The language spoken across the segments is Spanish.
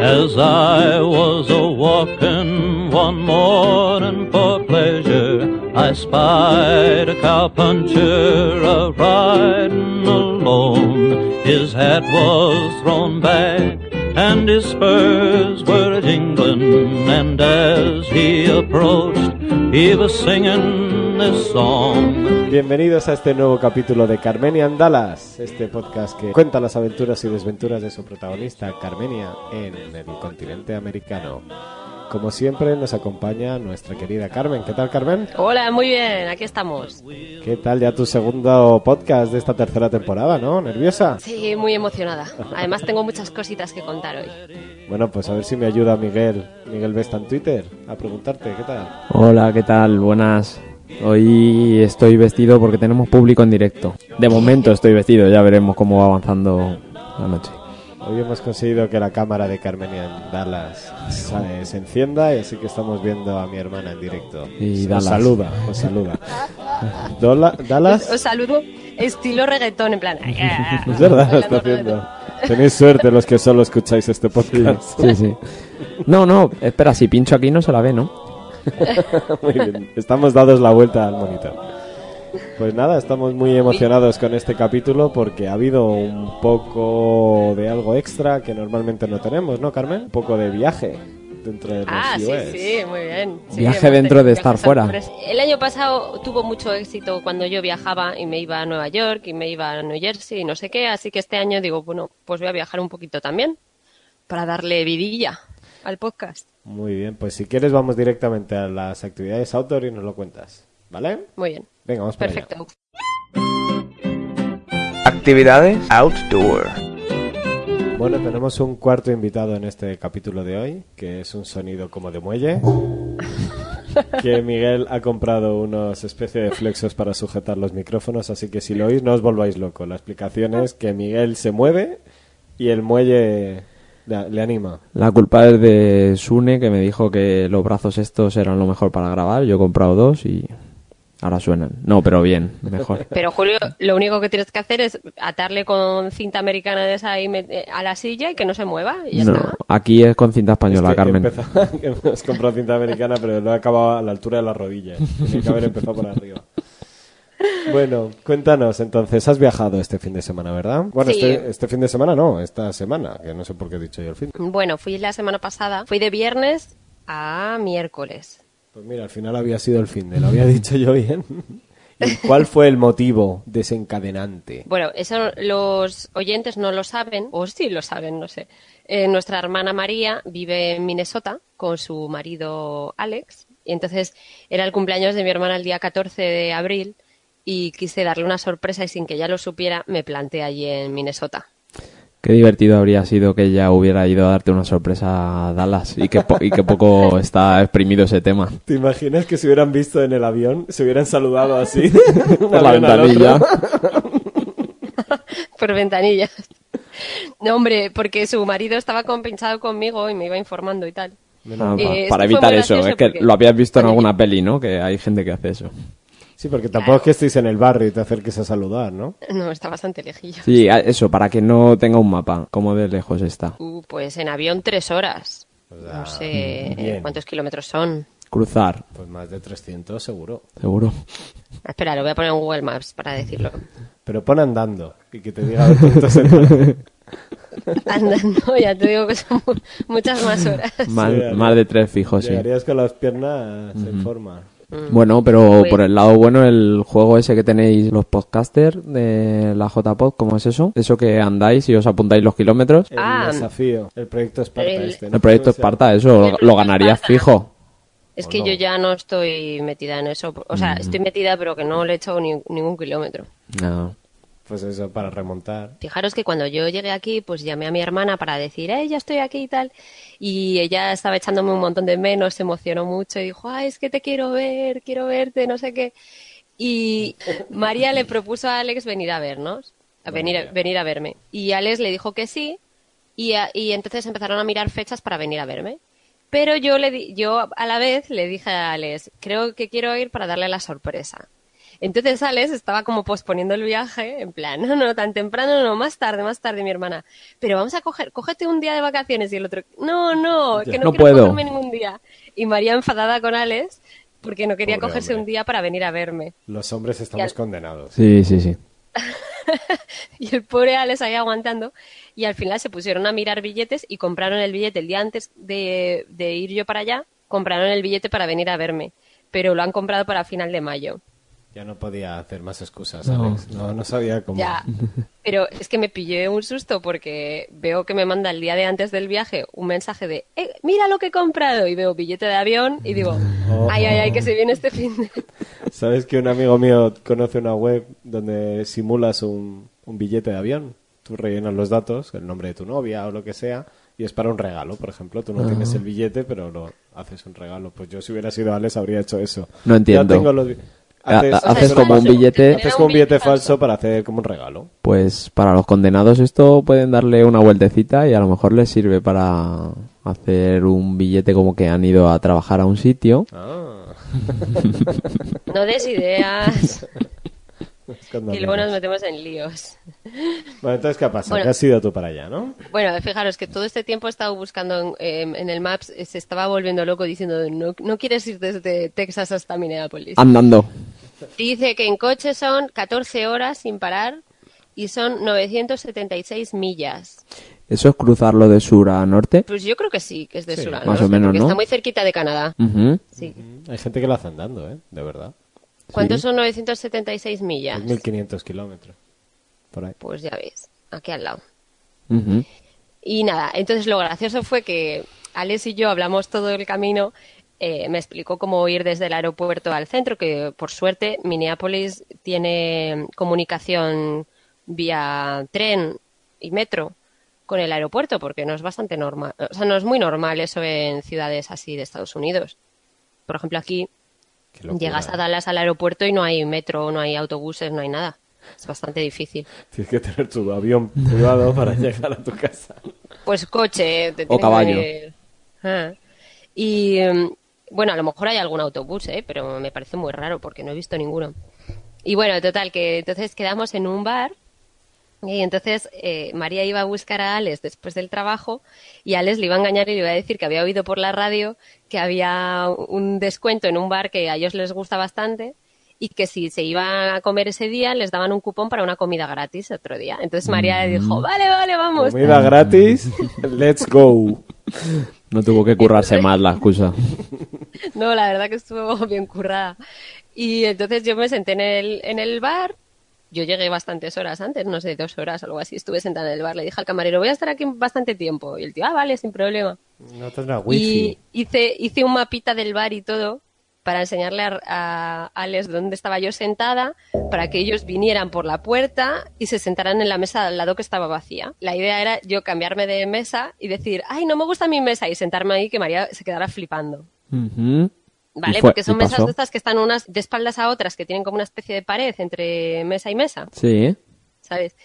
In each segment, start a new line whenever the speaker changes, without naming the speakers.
As I was a walking one morning for pleasure, I spied a cowpuncher a riding alone. His hat was thrown back and his spurs were jingling, and as he approached, he was singing this song.
Bienvenidos a este nuevo capítulo de Carmenia Dallas, este podcast que cuenta las aventuras y desventuras de su protagonista, Carmenia, en el continente americano. Como siempre, nos acompaña nuestra querida Carmen. ¿Qué tal, Carmen?
Hola, muy bien, aquí estamos.
¿Qué tal ya tu segundo podcast de esta tercera temporada, no? ¿Nerviosa?
Sí, muy emocionada. Además tengo muchas cositas que contar hoy.
Bueno, pues a ver si me ayuda Miguel, Miguel Vesta en Twitter, a preguntarte, ¿qué tal?
Hola, ¿qué tal? Buenas. Hoy estoy vestido porque tenemos público en directo. De momento estoy vestido, ya veremos cómo va avanzando la noche.
Hoy hemos conseguido que la cámara de Carmenia en Dallas se, se encienda y así que estamos viendo a mi hermana en directo.
Y
Os
Dallas.
saluda, os saluda. Dola- ¿Dallas?
Os saludo estilo reggaetón, en plan... eh,
Es verdad, lo está haciendo. Tenéis suerte los que solo escucháis este podcast.
Sí, sí. No, no, espera, si pincho aquí no se la ve, ¿no?
Muy bien. Estamos dados la vuelta al monitor. Pues nada, estamos muy emocionados con este capítulo porque ha habido un poco de algo extra que normalmente no tenemos, ¿no, Carmen? Un poco de viaje dentro de los
Ah, sí,
US.
sí, muy bien. Sí,
Viaje
hemos
dentro de
tenido
estar
viajes
fuera.
sorpresa. El año pasado tuvo mucho éxito cuando yo viajaba y me iba a Nueva York y me iba a New Jersey y no sé qué, así que este año digo, bueno, pues voy a viajar un poquito también para darle vidilla al podcast.
Muy bien, pues si quieres vamos directamente a las actividades outdoor y nos lo cuentas, ¿vale?
Muy bien.
Venga, vamos para allá.
Perfecto.
Actividades outdoor.
Bueno, tenemos un cuarto invitado en este capítulo de hoy, que es un sonido como de muelle. Que Miguel ha comprado unos especie de flexos para sujetar los micrófonos, así que si lo oís no os volváis loco. La explicación es que Miguel se mueve y el muelle le, le anima.
La culpa es de Sune que me dijo que los brazos estos eran lo mejor para grabar. Yo he comprado dos y ahora suenan. No, pero bien, mejor.
Pero Julio, lo único que tienes que hacer es atarle con cinta americana de esa ahí met- eh, a la silla y que no se mueva y ya
No,
está.
aquí es con cinta
Es
española,
que
Carmen.
empezaba- que hemos comprado cinta americana, pero lo he acabado a la altura de las rodillas. Tenía que haber empezado por arriba. Bueno, cuéntanos entonces, has viajado este fin de semana, ¿verdad? Bueno,
Sí.
este, este fin de semana no, esta semana, que no sé por qué he dicho yo el fin.
Bueno, fui la semana pasada, fui de viernes a miércoles.
Pues mira, al final había sido el fin de, lo había dicho yo bien. ¿Y cuál fue el motivo desencadenante?
Bueno, eso los oyentes no lo saben, o sí lo saben, no sé. Eh, nuestra hermana María vive en Minnesota con su marido Alex. Y entonces era el cumpleaños de mi hermana el día 14 de abril y quise darle una sorpresa y sin que ella lo supiera me planté allí en Minnesota.
Qué divertido habría sido que ella hubiera ido a darte una sorpresa a Dallas y que, po- y que poco está exprimido ese tema.
¿Te imaginas que se hubieran visto en el avión? Se hubieran saludado así. un
Por la
avión al otro.
ventanilla.
por ventanillas. No, hombre, porque su marido estaba compinchado conmigo y me iba informando y tal.
Ah,
Eh,
pa-
esto
para
fue
evitar
muy
eso,
gracioso
es que
porque-
lo habías visto en alguna peli, ¿no? Que hay gente que hace eso.
Sí, porque tampoco es que estéis en el barrio y te acerques a saludar, ¿no?
No, está bastante lejillo.
Sí, a- eso, para que no tenga un mapa, como de lejos está.
Uh, pues en avión tres horas. No sé
Ah,
eh,
bien.
cuántos kilómetros son.
Cruzar,
Pues más de 300 seguro.
seguro.
Espera, lo voy a poner en Google Maps para decirlo.
Pero pon andando y que te diga a ver cuánto se tarda.
Andando, ya te digo que son mu- muchas más horas.
Más,
Sí,
más de tres fijos, sí.
Llegarías con las piernas en forma.
Bueno, pero
Pues-
por el lado bueno, el juego ese que tenéis los podcasters de la JPod, ¿cómo es eso? Eso que andáis y os apuntáis los kilómetros.
El
Ah.
desafío, el proyecto Esparta
El-
este. ¿no?
El
¿Cómo
proyecto
se llama?
Esparta, eso lo, lo ganarías fijo.
Es
¿O
que
Pues no?
yo ya no estoy metida en eso. O sea,
Mm.
estoy metida, pero que no le he hecho ni- ningún kilómetro.
No.
Pues eso, para remontar.
Fijaros que cuando yo llegué aquí, pues llamé a mi hermana para decir, ¡eh, ya estoy aquí y tal! Y ella estaba echándome un montón de menos, se emocionó mucho y dijo, ¡ay, es que te quiero ver, quiero verte, no sé qué! Y María le propuso a Alex venir a vernos, a venir, venir a verme. Y Alex le dijo que sí, y, a- y entonces empezaron a mirar fechas para venir a verme. Pero yo, le di- yo a la vez le dije a Alex, creo que quiero ir para darle la sorpresa. Entonces Alex estaba como posponiendo el viaje, en plan, no, no, tan temprano, no, más tarde, más tarde, mi hermana. Pero vamos a coger, cógete un día de vacaciones y el otro, no, no, que no,
No
quiero
puedo.
cogerme ningún día. Y María enfadada con Alex porque no quería
Pobre
cogerse
hombre.
un día para venir a verme.
Los hombres estamos
Ya.
condenados.
Sí, sí, sí.
Y el pobre Alex ahí aguantando. Y al final se pusieron a mirar billetes y compraron el billete el día antes de, de ir yo para allá. Compraron el billete para venir a verme. Pero lo han comprado para final de mayo.
Ya no podía hacer más excusas,
No.
Alex. No, no sabía cómo.
Ya. Pero es que me pillé un susto porque veo que me manda el día de antes del viaje un mensaje de "Eh, mira lo que he comprado. Y veo billete de avión y digo, ay, ay, ay, que se viene este fin de.
¿Sabes que un amigo mío conoce una web donde simulas un, un billete de avión? Tú rellenas los datos, el nombre de tu novia o lo que sea, y es para un regalo, por ejemplo. Tú no
Ah.
tienes el billete, pero lo haces un regalo. Pues yo si hubiera sido Alex habría hecho eso.
No entiendo.
Ya tengo los bi-
Ha-
Haces-
ha- haces como un billete-
Haces como un billete falso para hacer como un regalo.
Pues para los condenados esto pueden darle una vueltecita y a lo mejor les sirve para hacer un billete como que han ido a trabajar a un sitio.
No des ideas. y luego nos
Escandaloso.
metemos en líos.
Bueno, entonces, ¿qué ha pasado?
Bueno.
Que has ido tú para allá, ¿no?
Bueno, fijaros que todo este tiempo he estado buscando en, eh, en el Maps, eh, se estaba volviendo loco diciendo, no, no quieres ir desde Texas hasta Minneapolis.
Andando.
Dice que en coche son 14 horas sin parar y son 976 millas.
Eso es cruzarlo de sur a norte.
Pues yo creo que sí, que es de Surán,
más o menos,
Porque
¿no? Mm.
está muy cerquita de Canadá.
Ujú.
Sí.
Hay gente que lo hace andando, ¿eh? De verdad.
¿Cuántos son 976 millas?
Pues
1500 kilómetros. Por ahí.
Pues ya ves, aquí al lado.
Ujú.
Y nada, entonces lo gracioso fue que Alex y yo hablamos todo el camino. eh, me explicó cómo ir desde el aeropuerto al centro, que por suerte Minneapolis tiene comunicación vía tren y metro con el aeropuerto, porque no es bastante normal, o sea, no es muy normal eso en ciudades así de Estados Unidos. Por ejemplo, aquí
Qué locura,
llegas a
¿eh?
Dallas al aeropuerto y no hay metro, no hay autobuses, no hay nada. Es bastante difícil.
Tienes que tener tu avión privado para llegar a tu casa.
Pues coche. te
O
tiene
caballo.
que venir. Ah. Y mm, bueno, a lo mejor hay algún autobús, ¿eh? pero me parece muy raro porque no he visto ninguno. Y bueno, total, que entonces quedamos en un bar y entonces eh, María iba a buscar a Alex después del trabajo y Alex le iba a engañar y le iba a decir que había oído por la radio que había un descuento en un bar que a ellos les gusta bastante y que si se iba a comer ese día les daban un cupón para una comida gratis otro día. Entonces María le
Mm.
dijo, vale, vale, vamos.
Comida gratis, let's go.
No tuvo que currarse más la excusa.
No, la verdad que estuvo bien currada. Y entonces yo me senté en el, en el bar. Yo llegué bastantes horas antes, no sé, dos horas o algo así. Estuve sentada en el bar. Le dije al camarero, voy a estar aquí bastante tiempo. Y el tío, ah, vale, sin problema.
No tendrá
Y
wifi.
hice, hice un mapita del bar y todo para enseñarle a, a Alex dónde estaba yo sentada, para que ellos vinieran por la puerta y se sentaran en la mesa al lado que estaba vacía. La idea era yo cambiarme de mesa y decir, ay, no me gusta mi mesa, y sentarme ahí que María se quedara flipando.
Ujú.
Vale,
Y fue-
porque son
y
mesas
pasó.
de estas que están unas de espaldas a otras, que tienen como una especie de pared entre mesa y mesa,
Sí. ¿eh?
¿sabes?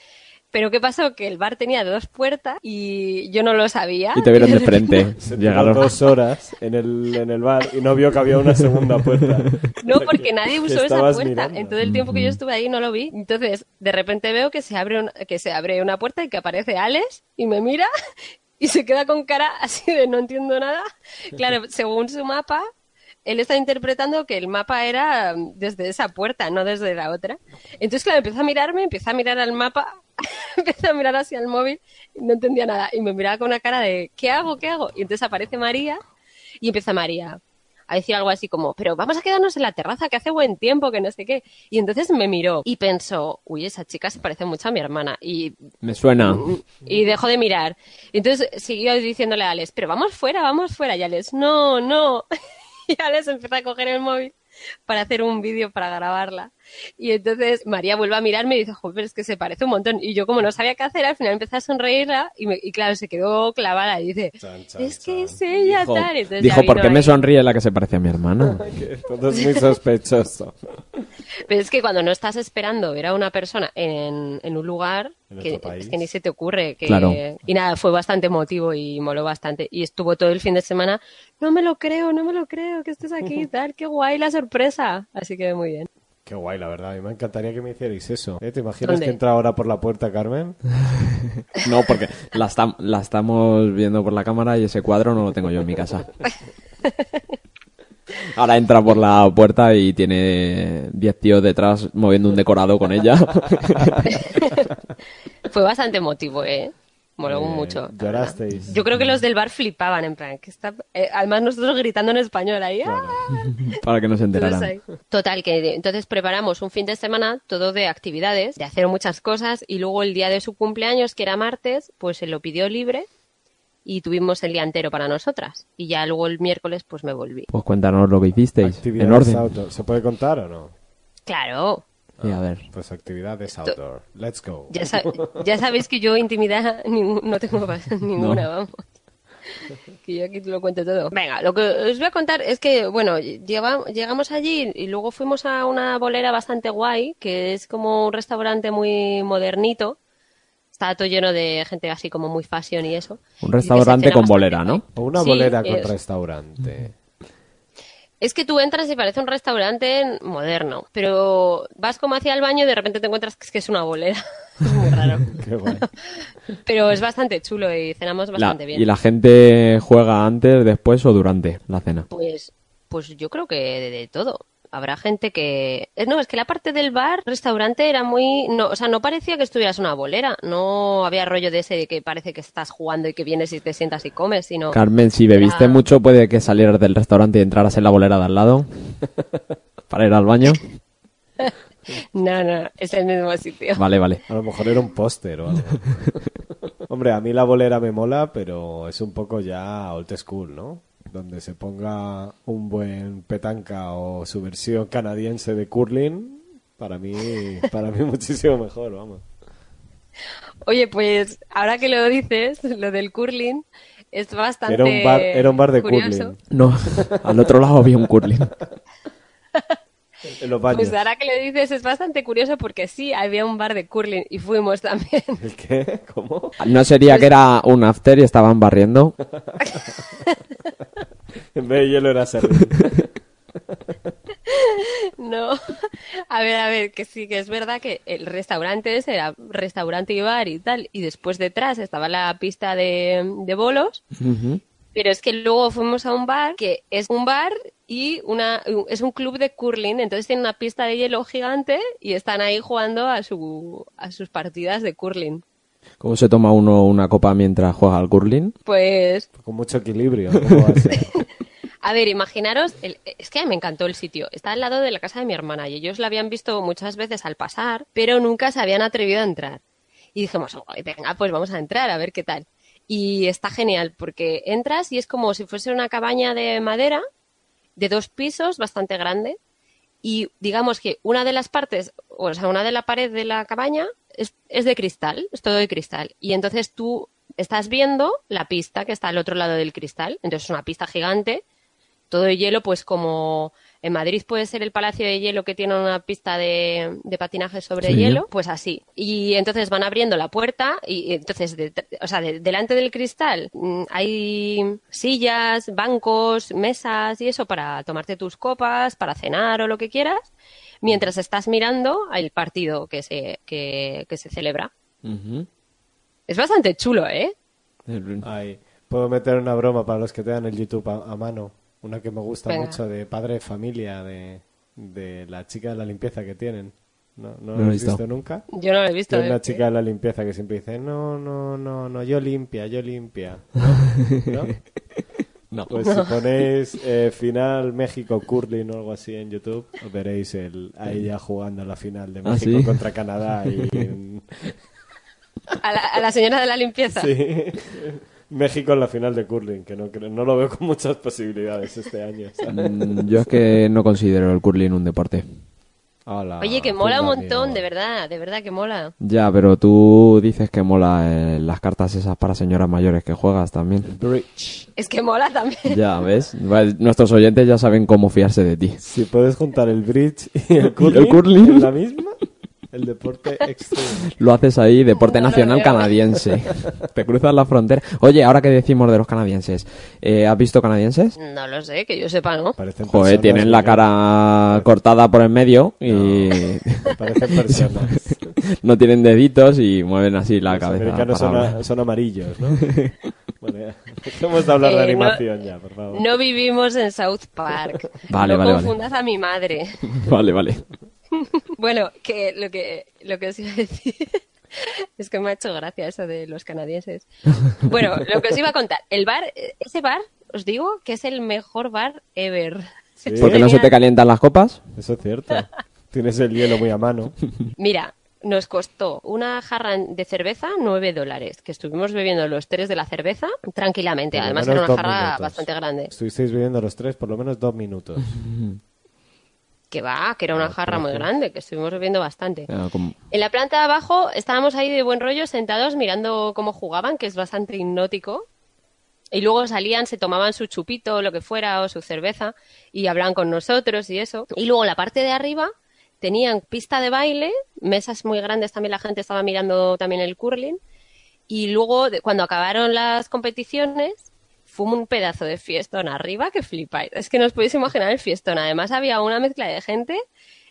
Pero ¿qué pasó? Que el bar tenía dos puertas y yo no lo sabía.
Y te vieron de
repente-
frente.
Se tiró
Llegaron.
dos horas en el, en el bar y no vio que había una segunda puerta.
No, porque nadie
Que
usó esa
estabas
puerta.
mirando.
En todo el tiempo que yo estuve ahí no lo vi. Entonces, de repente veo que se abre una, que se abre una puerta y que aparece Alex y me mira y se queda con cara así de no entiendo nada. Claro, según su mapa, él está interpretando que el mapa era desde esa puerta, no desde la otra. Entonces, claro, empieza a mirarme, empieza a mirar al mapa, empieza a mirar hacia el móvil, no entendía nada. Y me miraba con una cara de ¿qué hago? ¿Qué hago? Y entonces aparece María y empieza María a decir algo así como, pero vamos a quedarnos en la terraza que hace buen tiempo, que no sé qué. Y entonces me miró y pensó, uy, esa chica se parece mucho a mi hermana. Y,
Me suena.
y dejó de mirar. Y entonces siguió diciéndole a Alex, pero vamos fuera, vamos fuera. Y Alex, no, no. y Alex empieza a coger el móvil para hacer un vídeo para grabarla. Y entonces María vuelve a mirarme y dice, joder, es que se parece un montón. Y yo como no sabía qué hacer, al final empecé a sonreírla y, me- y claro, se quedó clavada y dice,
Chan, chan,
es
chan.
que es ella
Dijo,
tal. Entonces ya
dijo,
vino
¿por qué me
ahí.
sonríe la que se parece a mi hermana?
Que Todo es muy sospechoso.
Pero es que cuando no estás esperando ver a una persona en, en un lugar,
En
que,
otro país.
es que ni se te ocurre. Que...
Claro.
Y nada, fue bastante emotivo y moló bastante. Y estuvo todo el fin de semana, no me lo creo, no me lo creo, que estés aquí, tal, qué guay la sorpresa. Así que muy bien.
Qué guay, la verdad. A mí me encantaría que me hicierais eso. ¿Eh? ¿Te imaginas
¿Dónde?
que entra ahora por la puerta, Carmen?
No, porque la, estam- la estamos viendo por la cámara y ese cuadro no lo tengo yo en mi casa. Ahora entra por la puerta y tiene 10 tíos detrás moviendo un decorado con ella.
Fue bastante emotivo, ¿eh? Moló mucho. la
Llorasteis.
verdad. Yo creo que los del bar flipaban, en plan, que está... eh, además nosotros gritando en español ahí. ¡ah!
Para que no se
Entonces,
enteraran.
ahí- Total, que entonces preparamos un fin de semana todo de actividades, de hacer muchas cosas y luego el día de su cumpleaños, que era martes, pues se lo pidió libre y tuvimos el día entero para nosotras. Y ya luego el miércoles pues me volví.
Pues cuéntanos lo que hicisteis.
Actividades
En orden.
outdoor. ¿Se puede contar o no?
Claro,
Y a ver.
Pues actividades outdoor. Let's go.
ya, sa- ya sabéis que yo intimidad ningú- no tengo pas- ninguna, vamos. Que yo aquí te lo cuento todo. Venga, lo que os voy a contar es que, bueno, lleva- llegamos allí y luego fuimos a una bolera bastante guay, que es como un restaurante muy modernito. Estaba todo lleno de gente así como muy fashion y eso. Y
Un
que se
restaurante
cena
con
bastante
bolera,
guay.
¿no?
O una
Sí,
bolera
eh,
con restaurante.
Es que tú entras y parece un restaurante moderno, pero vas como hacia el baño y de repente te encuentras que es que es una bolera. Es muy raro.
Qué guay.
Pero es bastante chulo y cenamos
La-
bastante bien.
y la gente juega antes, después o durante la cena.
Pues, pues yo creo que de, de todo. Habrá gente que... eh, No, es que la parte del bar, restaurante, era muy... No, o sea, no parecía que estuvieras en una bolera. No había rollo de ese de que parece que estás jugando y que vienes y te sientas y comes, sino...
Carmen, si bebiste
Era-
mucho, puede que salieras del restaurante y entraras en la bolera de al lado para ir al baño.
No, no, es el mismo sitio.
Vale, vale.
A lo mejor era un póster o algo. Hombre, a mí la bolera me mola, pero es un poco ya old school, ¿no? Donde se ponga un buen petanca o su versión canadiense de curling, para mí, para mí muchísimo mejor, vamos.
Oye, pues ahora que lo dices, lo del curling, es bastante
Era un bar, era un bar de
curioso.
curling
No, al otro lado había un curling.
en los baños.
Pues ahora que lo dices, es bastante curioso porque sí, había un bar de curling y fuimos también.
¿El qué? ¿Cómo?
¿No sería que era un after y estaban barriendo?
En vez de hielo era ser.
No, a ver, a ver, que sí, que es verdad que el restaurante ese era restaurante y bar y tal, y después detrás estaba la pista de, de bolos, pero es que luego fuimos a un bar que es un bar y una, es un club de curling, entonces tiene una pista de hielo gigante y están ahí jugando a, su, a sus partidas de curling.
¿Cómo se toma uno una copa mientras juega al curling?
Pues
Con mucho equilibrio. ¿cómo va a ser?
A ver, imaginaros, el- es que me encantó el sitio. Está al lado de la casa de mi hermana y ellos la habían visto muchas veces al pasar, pero nunca se habían atrevido a entrar. Y dijimos, "Ay, venga, pues vamos a entrar a ver qué tal. Y está genial porque entras y es como si fuese una cabaña de madera de dos pisos, bastante grande, y digamos que una de las partes, o sea, una de la pared de la cabaña es, es de cristal, es todo de cristal. Y entonces tú estás viendo la pista que está al otro lado del cristal, entonces es una pista gigante, todo de hielo, pues como en Madrid puede ser el Palacio de Hielo que tiene una pista de, de patinaje sobre
Sí.
hielo, pues así. Y entonces van abriendo la puerta y y entonces, de- o sea, de- delante del cristal mm, hay sillas, bancos, mesas y eso para tomarte tus copas, para cenar o lo que quieras, mientras estás mirando el partido que se, que, que se celebra. Es bastante chulo, ¿eh?
Ay, puedo meter una broma para los que tengan el YouTube a, a mano. Una que me gusta
Venga.
mucho de padre de familia, de, de la chica de la limpieza que tienen. No, no,
No lo
lo
he
has
visto.
visto, nunca.
Yo no lo he visto.
Tiene
¿eh?
una chica de la limpieza que siempre dice, no, no, no, no, yo limpia, yo limpia. ¿No?
No.
Pues si ponéis eh, final México curling o algo así en YouTube, os veréis el, a ella jugando la final de
¿Ah,
México
sí?
contra Canadá y en-
A la, a la señora de la limpieza.
Sí. México en la final de curling, que no, creo- no lo veo con muchas posibilidades este año. ¿sabes?
Mm, Yo es que no considero el curling un deporte.
Hola,
Oye,
Ah,
que mola un
puta,
montón,
amigo.
de verdad, de verdad que mola.
Ya, pero tú dices que mola eh, las cartas esas para señoras mayores que juegas también.
Bridge.
Es que mola también.
Ya, ¿ves? Vale, Nuestros oyentes ya saben cómo fiarse de ti.
Si puedes juntar el bridge y el curling,
curling?
en la misma, el deporte extremo.
Lo haces ahí, deporte
No lo
nacional
veo.
canadiense. Te cruzas la frontera. Oye, ahora que decimos de los canadienses, eh, ¿has visto canadienses?
No lo sé, que yo sepa, ¿no?
Parecen
Joder,
personas,
tienen la
Miguel.
cara cortada por el medio y
Parecen personas.
no tienen deditos y mueven así la
Los
cabeza.
americanos
para
son,
hablar.
a- son amarillos, ¿no? Bueno, ya. dejemos de hablar de
Eh, no-
animación ya, por favor.
No vivimos en South Park.
Vale,
no
vale, vale.
confundas a mi madre.
Vale, vale.
Bueno, que lo que lo que os iba a decir es que me ha hecho gracia eso de los canadienses. Bueno, lo que os iba a contar, el bar, eh, ese bar, os digo que es el mejor bar ever.
Sí.
Porque no se te calientan las copas.
Eso es cierto. Tienes el hielo muy a mano.
Mira, nos costó una jarra de cerveza 9 dólares, que estuvimos bebiendo los tres de la cerveza tranquilamente.
Por lo
Además
menos
era una
dos
jarra
minutos.
bastante grande.
Estuvisteis viviendo los tres por lo menos dos minutos.
Que va, que era una jarra muy grande, que estuvimos bebiendo bastante.
Ah, como-
En la planta de abajo estábamos ahí de buen rollo sentados mirando cómo jugaban, que es bastante hipnótico. Y luego salían, se tomaban su chupito, lo que fuera, o su cerveza, y hablaban con nosotros y eso. Y luego la parte de arriba tenían pista de baile, mesas muy grandes también, la gente estaba mirando también el curling. Y luego, de- cuando acabaron las competiciones, fue un pedazo de fiestón arriba que flipáis. Es que no os podéis imaginar el fiestón. Además, había una mezcla de gente.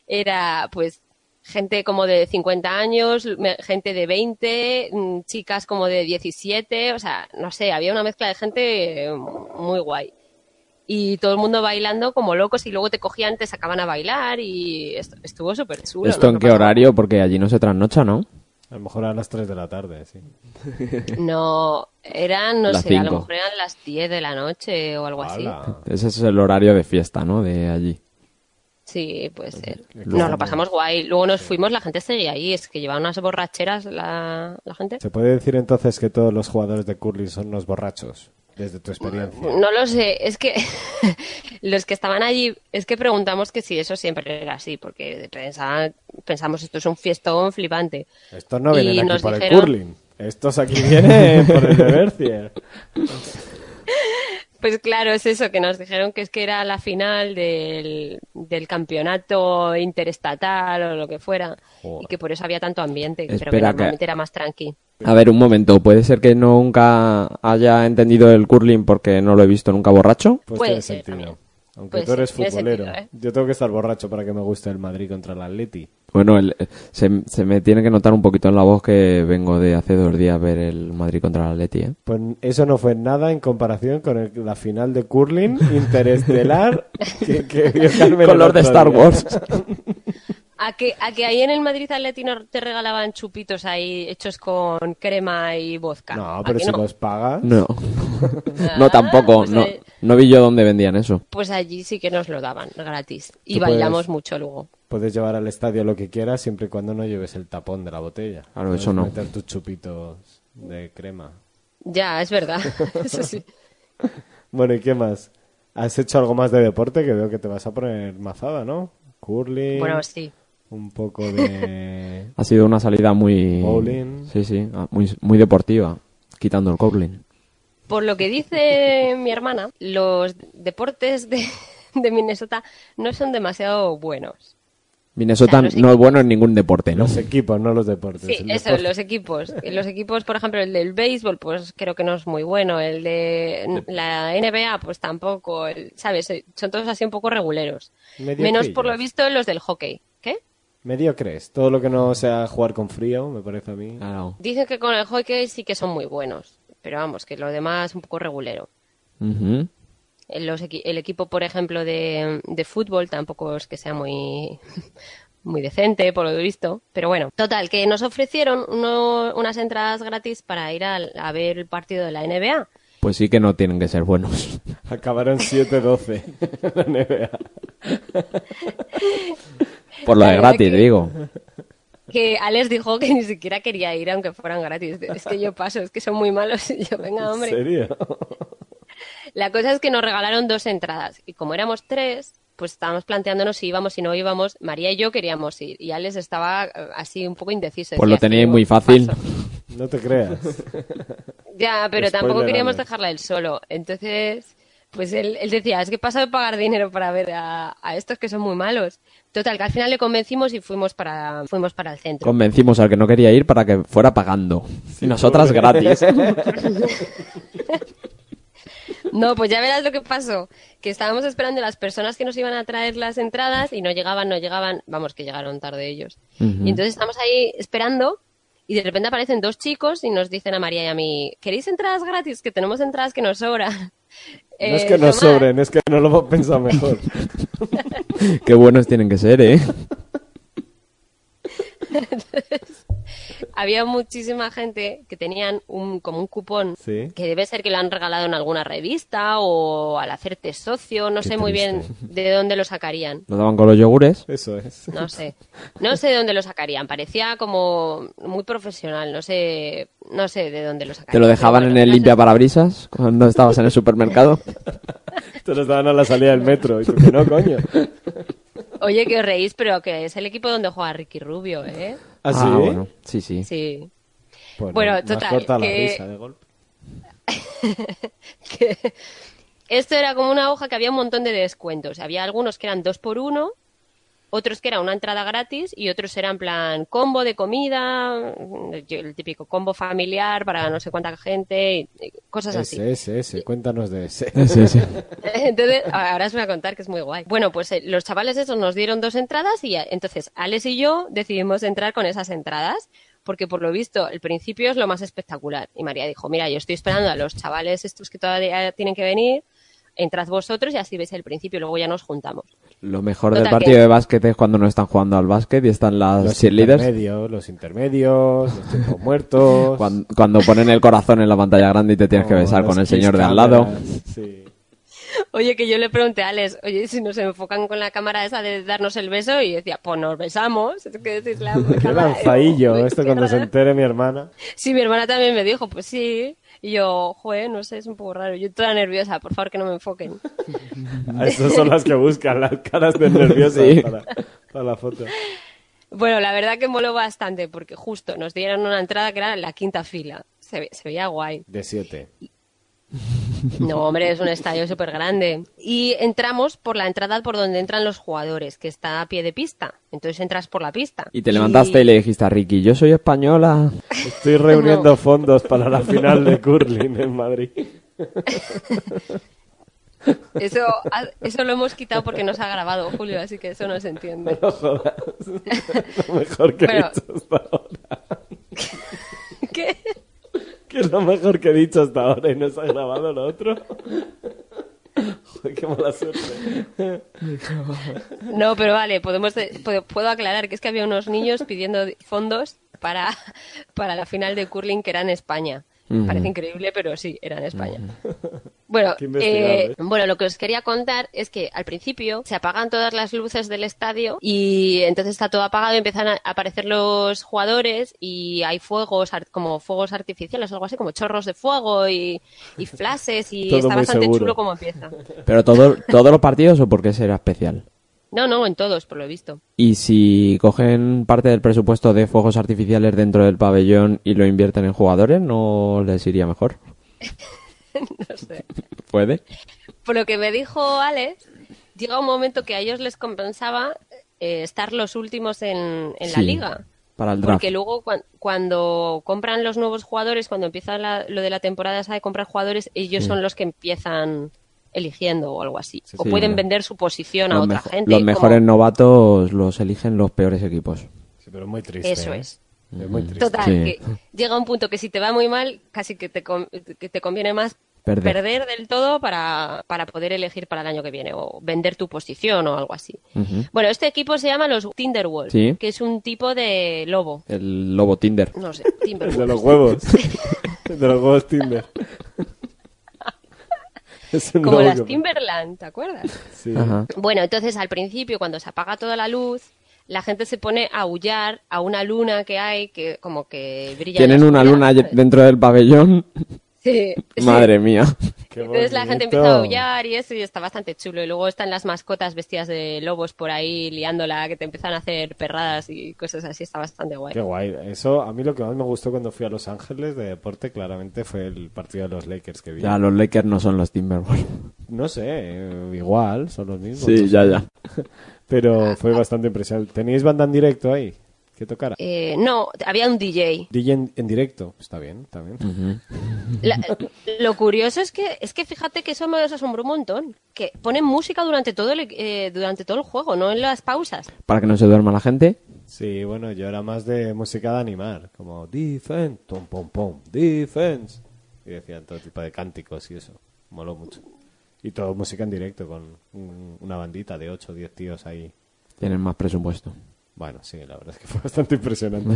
Era, pues, gente como de 50 años, me- gente de 20, mm, chicas como de 17. O sea, no sé, había una mezcla de gente eh, muy guay. Y todo el mundo bailando como locos y luego te cogían, te sacaban a bailar y est- estuvo súper chulo.
¿Esto en qué horario? Porque allí no se trasnocha, ¿no?
A lo mejor a las 3 de la tarde, sí.
No, eran, no
Las
sé, a lo
cinco.
mejor eran las 10 de la noche o algo así.
Hala.
Ese es el horario de fiesta, ¿no? De allí.
Sí, puede ser.
Luego-
Nos lo pasamos guay. Luego nos fuimos, la gente seguía ahí. Es que llevaban unas borracheras la, la gente.
¿Se puede decir entonces que todos los jugadores de curling son unos borrachos? Desde tu experiencia.
No lo sé, es que los que estaban allí, es que preguntamos que si eso siempre era así, porque pensaban, pensamos esto es un fiestón flipante.
Estos no
Y
vienen aquí
nos
por el
dijeron-
curling. Estos aquí vienen por el Evercier.
Pues claro, es eso, que nos dijeron que es que era la final del, del campeonato interestatal o lo que fuera, y que por eso había tanto ambiente, pero que
Espera, que-
normalmente era más tranqui.
A ver, un momento. ¿Puede ser que nunca haya entendido el curling porque no lo he visto nunca borracho?
Pues
Puede
tiene
ser
sentido.
también.
Aunque
Puede
tú eres
ser, tiene
futbolero.
sentido, ¿eh?
Yo tengo que estar borracho para que me guste el Madrid contra el Atleti.
Bueno, el- se, se me tiene que notar un poquito en la voz que vengo de hace dos días ver el Madrid contra el Atleti, ¿eh?
Pues eso no fue nada en comparación con el- la final de curling interestelar que, que vio Carmen el
Color
otro
de Star
día.
Wars.
A que, a que ahí en el Madrid Atletino te regalaban chupitos ahí hechos con crema y vodka.
No,
¿A
pero
que
si
no?
los pagas.
No. No, tampoco.
pues,
No,
eh.
no vi yo dónde vendían eso.
Pues allí sí que nos lo daban gratis. Y
Tú
bailamos
puedes-
mucho luego.
Puedes llevar al estadio lo que quieras siempre y cuando no lleves el tapón de la botella.
Claro,
Puedes
eso no.
meter tus chupitos de crema.
Ya, es verdad. Eso sí.
Bueno, ¿y qué más? ¿Has hecho algo más de deporte? Que veo que te vas a poner mazada, ¿no? Curling,
Bueno, sí.
un poco de...
Ha sido una salida muy...
Bowling.
Sí, sí. ah, Muy, muy deportiva. Quitando el curling.
Por lo que dice mi hermana, los deportes de, de Minnesota no son demasiado buenos.
Minnesota
Claro, sí.
no es bueno en ningún deporte, ¿no?
Los equipos, no los deportes.
Sí,
El
eso,
deporte-
los equipos. Los equipos, por ejemplo, el del béisbol, pues creo que no es muy bueno. El de la NBA, pues tampoco. El- ¿Sabes? Eh, Son todos así un poco reguleros.
Medio
Menos por lo
pillos.
visto los del hockey. ¿Qué?
Mediocres. Todo lo que no sea jugar con frío, me parece a mí.
Claro.
Dicen que con el hockey sí que son muy buenos. Pero vamos, que lo demás es un poco regulero.
Ujú.
El, los equi- el equipo, por ejemplo, de, de fútbol tampoco es que sea muy, muy decente, por lo visto. Pero bueno, total, que nos ofrecieron uno- unas entradas gratis para ir al- a, ver el partido de la NBA.
Pues sí que no tienen que ser buenos.
Acabaron 7-12 en la NBA.
Por lo de
Claro, es
gratis,
que-
digo.
que Alex dijo que ni siquiera quería ir aunque fueran gratis. Es que yo paso, es que son muy malos. Y yo, venga,
¿En
hombre.
serio?
La cosa es que nos regalaron dos entradas y como éramos tres, pues estábamos planteándonos si íbamos, si no íbamos. María y yo queríamos ir y Alex estaba eh, así un poco indeciso.
Pues
Decía,
lo teníais
"Yo
muy fácil.
paso".
No te creas.
Ya, pero tampoco
Spoiler
queríamos
Alex.
dejarla él solo. Entonces, pues él, él decía, es que paso de pagar dinero para ver a, a estos que son muy malos. Total, que al final le convencimos y fuimos para, fuimos para el centro.
Convencimos al que no quería ir para que fuera pagando. y nosotras gratis.
No, pues ya verás lo que pasó. Que estábamos esperando a las personas que nos iban a traer las entradas y no llegaban, no llegaban. Vamos, que llegaron tarde ellos.
Ujú.
Y entonces estamos ahí esperando y de repente aparecen dos chicos y nos dicen a María y a mí, ¿queréis entradas gratis? Que tenemos entradas que nos sobran. Eh,
no es que nos sobren, es que no lo hemos pensado mejor.
Qué buenos tienen que ser, ¿eh?
Había muchísima gente que tenían un, como un cupón
Sí.
que debe ser que lo han regalado en alguna revista o al hacerte socio, no
Qué
sé muy bien
triste.
de dónde lo sacarían.
Nos daban con los yogures.
Eso es.
No sé. No sé de dónde lo sacarían. Parecía como muy profesional. No sé, no sé de dónde lo sacarían.
Te lo dejaban
Pero
en
bueno,
el
no sé.
limpia parabrisas cuando estabas en el supermercado.
Te los daban a la salida del metro. Y tú, que no, coño.
Oye, que os reís, pero que es el equipo donde juega Ricky Rubio, ¿eh?
¿Así?
Ah, bueno. Sí, sí.
Sí.
Pues
Bueno,
no, más
total,
corta la
que-
risa de golpe.
Que esto era como una hoja que había un montón de descuentos. Había algunos que eran dos por uno, otros que era una entrada gratis y otros eran plan combo de comida, el típico combo familiar para no sé cuánta gente, y- y cosas así.
Ese, ese, ese. Cuéntanos de ese.
Sí, sí.
Entonces, ahora os voy a contar que es muy guay. Bueno, pues eh, los chavales esos nos dieron dos entradas y eh, entonces Alex y yo decidimos entrar con esas entradas porque por lo visto el principio es lo más espectacular. Y María dijo, mira, yo estoy esperando a los chavales estos que todavía tienen que venir, entrad vosotros y así veis el principio y luego ya nos juntamos.
Lo mejor
Total,
del partido
que-
de básquet es cuando no están jugando al básquet y están las
Los
cheerleaders.
intermedios, los intermedios, los tiempos muertos.
Cuando, cuando ponen el corazón en la pantalla grande y te tienes que
o
besar
las
con el
kiss
señor de al lado.
cameras, Sí.
Oye, que yo le pregunté a Alex, oye, si nos enfocan con la cámara esa de darnos el beso y decía, pues nos besamos. Es que decís la
Qué
cámara,
lanzaillo.
eh,
Esto
qué
cuando se
raro.
entere mi hermana.
Sí, mi hermana también me dijo, pues sí. Y yo, joder, no sé, es un poco raro. Yo toda nerviosa, por favor que no me enfoquen.
Ah, Esas son las que buscan, las caras de nerviosas
Sí.
para, para la foto.
Bueno, la verdad que moló bastante porque justo nos dieron una entrada que era la quinta fila. Se, ve- se veía guay.
De siete.
No, hombre, es un estadio súper grande. Y entramos por la entrada por donde entran los jugadores, que está a pie de pista. Entonces entras por la pista.
Y te levantaste y le dijiste a Ricky, yo soy española.
Estoy reuniendo fondos para la final de curling en Madrid.
Eso, eso lo hemos quitado porque nos ha grabado Julio, así que eso no se entiende.
No jodas. Lo mejor que
Bueno.
he dicho hasta ahora.
¿Qué?
Que es lo mejor que he dicho hasta ahora y no se ha grabado lo otro. Joder, qué mala suerte.
No, pero vale, podemos, eh, puedo, puedo aclarar que es que había unos niños pidiendo di- fondos para, para la final de curling que era en España. Parece increíble, pero sí, era en España. Bueno,
Qué investigado,
eh,
¿eh?
bueno, lo que os quería contar es que al principio se apagan todas las luces del estadio y entonces está todo apagado y empiezan a aparecer los jugadores y hay fuegos, ar- como fuegos artificiales o algo así, como chorros de fuego y, y flashes y
Todo
está
muy
bastante
seguro.
chulo como empieza.
Pero todo, todos los partidos o porque será especial.
No, no, en todos, por lo visto.
Y si cogen parte del presupuesto de fuegos artificiales dentro del pabellón y lo invierten en jugadores, ¿no les iría mejor?
No sé.
¿Puede?
Por lo que me dijo Alex, llega un momento que a ellos les compensaba eh, estar los últimos en, en la
Sí,
liga.
Para el draft.
Porque luego cuan- cuando compran los nuevos jugadores, cuando empieza la- lo de la temporada esa de comprar jugadores, ellos son los que empiezan eligiendo o algo así. o
sí,
pueden
ya.
vender su posición a
Los
otra
mejo-
gente.
los
como-
mejores novatos los eligen los peores equipos.
Sí, pero es muy triste.
Eso
¿eh?
es.
Es muy triste.
Total,
Sí.
que llega un punto que si te va muy mal, casi que te, con- que te conviene más
Perder.
perder, del todo para, para poder elegir para el año que viene o vender tu posición o algo así.
Ujú.
Bueno, este equipo se llama los Tinderwolves,
Sí.
que es un tipo de lobo.
El lobo Tinder.
No sé,
El de
Timberwolves.
los huevos. El de los huevos Tinder. Es un
Como
lobo
las
que-
Timberland, ¿te acuerdas?
Sí.
Ajá.
Bueno, entonces al principio, cuando se apaga toda la luz, la gente se pone a aullar a una luna que hay que como que brilla. en la
Tienen una
oscuridad,
luna
¿sabes?
dentro del pabellón.
Sí, sí.
Madre mía.
Qué
Entonces la gente
bonito.
empieza a aullar y eso y está bastante chulo. Y luego están las mascotas vestidas de lobos por ahí liándola, que te empiezan a hacer perradas y cosas así. Está bastante guay.
Qué guay. Eso, a mí lo que más me gustó cuando fui a Los Ángeles de deporte, claramente, fue el partido de los Lakers que vi.
Ya, los Lakers no son los Timberwolves.
No sé, eh, igual, son los mismos.
Sí, ya, ya.
Pero fue bastante impresionante. ¿Teníais banda en directo ahí? ¿Qué tocara?
Eh, no, había un DJ.
DJ en, en directo. Está bien, está bien.
La- lo curioso es que, es que fíjate que eso me asombró un montón. Que ponen música durante todo el, eh, durante todo el juego, no en las pausas.
Para que no se duerma la gente.
Sí, bueno, yo era más de música de animar, como defense, tom pom pom, defense. Y decían todo tipo de cánticos y eso. Moló mucho. Y todo música en directo con un- una bandita de 8 o 10 tíos ahí.
Tienen más presupuesto.
Bueno, sí, la verdad es que fue bastante impresionante.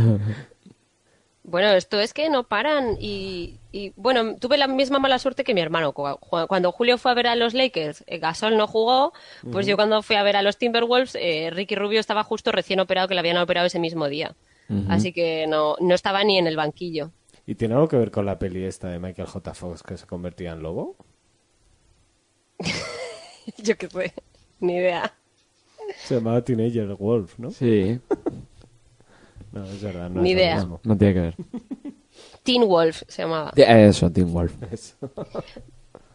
Bueno, esto es que no paran y, y, bueno, tuve la misma mala suerte que mi hermano. Cu- ju- Cuando Julio fue a ver a los Lakers, eh, Gasol no jugó, pues yo cuando fui a ver a los Timberwolves, eh, Ricky Rubio estaba justo recién operado, que le habían operado ese mismo día. Así que no, no estaba ni en el banquillo.
¿Y tiene algo que ver con la peli esta de Michael J. Fox que se convertía en lobo?
yo qué sé, ni idea.
Se llamaba Teenager Wolf, ¿no?
Sí.
No, es verdad, no
Ni
es lo
idea.
mismo.
No tiene que ver.
Teen Wolf se llamaba.
Eso, Team Wolf.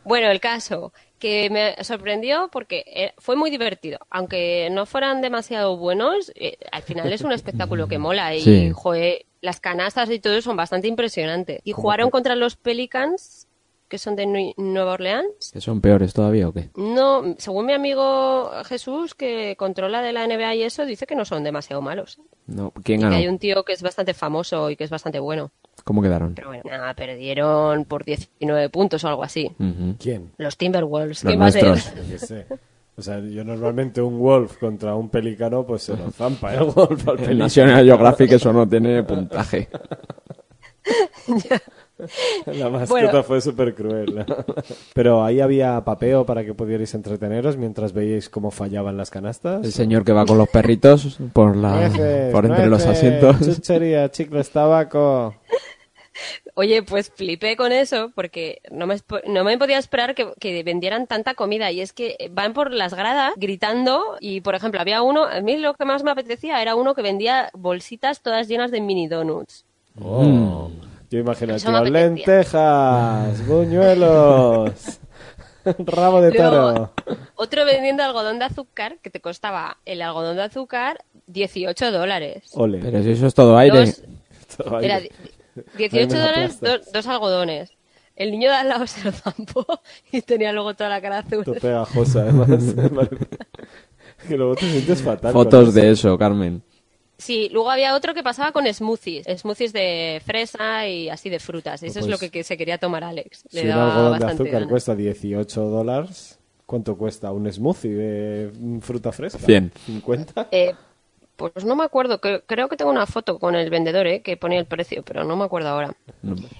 Bueno, el caso que me sorprendió porque eh, fue muy divertido. Aunque no fueran demasiado buenos, eh, al final es un espectáculo que mola y
Sí.
joe, las canastas y todo son bastante impresionantes. Y jugaron contra los Pelicans, que son de Nue- Nueva Orleans.
¿Que son peores todavía o qué?
No, según mi amigo Jesús, que controla de la NBA y eso, dice que no son demasiado malos.
Ah, No, ¿quién
Y que hay
ganó?
un tío que es bastante famoso y que es bastante bueno.
¿Cómo quedaron?
Pero bueno, nada, perdieron por 19 puntos o algo así.
Ujú.
¿Quién?
Los Timberwolves,
Mm. Los
¿qué más
nuestros.
era?
Yo qué sé. O sea, yo normalmente un wolf contra un pelícano, pues se lo zampa el wolf al
El
pelícano.
National Geographic eso no tiene puntaje.
La mascota
Bueno.
fue súper cruel. Pero ahí había papeo para que pudierais entreteneros mientras veíais cómo fallaban las canastas.
El señor que va con los perritos por la
Nueces,
por entre los
nueces,
asientos.
Chuchería, chicles, tabaco.
Oye, pues flipé con eso porque no me, espo- no me podía esperar que, que vendieran tanta comida. Y es que van por las gradas gritando y, por ejemplo, había uno, a mí lo que más me apetecía era uno que vendía bolsitas todas llenas de mini donuts.
Mm.
Oh. Yo imagino,
Eso me
tío,
apetecía.
lentejas, buñuelos, rabo
Eh,
de toro.
Luego, otro vendiendo algodón de azúcar que te costaba el algodón de azúcar 18 dólares.
Ole.
Pero si eso es todo Oh, aire.
Dos-
Todo ahí.
Era di- 18
Ahí me
dólares,
aplasta.
dos, dos algodones. El niño de al lado se lo zampó y tenía luego toda la cara azul.
Todo pegajoso, además. que luego te sientes fatal.
Fotos de eso, Carmen.
Sí, luego había otro que pasaba con smoothies, smoothies de fresa y así de frutas. Eso
Pues-
es lo que, que se quería tomar Alex. Le
Si un
daba
algodón de
bastante
azúcar pues
gana.
cuesta 18 dólares, ¿cuánto cuesta un smoothie de mm, fruta fresca?
Cien.
50.
Eh, pues no me acuerdo, que- creo que tengo una foto con el vendedor eh, que ponía el precio, pero no me acuerdo ahora.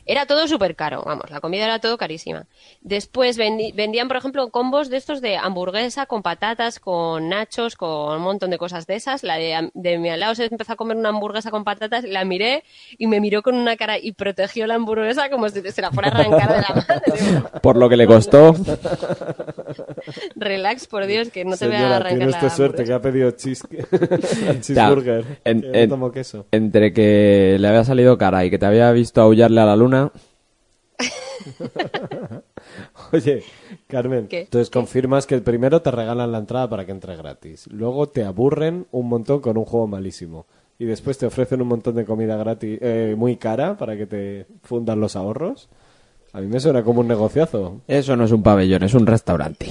Era todo súper caro, vamos, la comida era todo carísima. Después vendi- vendían, por ejemplo, combos de estos de hamburguesa con patatas, con nachos, con un montón de cosas de esas. La de, de mi al lado se empezó a comer una hamburguesa con patatas, la miré y me miró con una cara y protegió la hamburguesa como si se la fuera a arrancar de la mano. Digo,
Por lo que le costó.
Relax, por Dios, que no te voy a
Señora,
arrancar
tiene
la
usted suerte que
hamburguesa".
ha pedido cheeseke- cheeseburger.
Ya, en-
que
en-
no tomo queso.
Entre que le había salido cara y que te había visto aullarle a la luna,
Oye, Carmen,
¿Qué?
entonces confirmas que primero te regalan la entrada para que entre gratis. Luego te aburren un montón con un juego malísimo. Y después te ofrecen un montón de comida gratis, eh, muy cara, para que te fundan los ahorros. A mí me suena como un negociazo.
eso no es un pabellón, es un restaurante.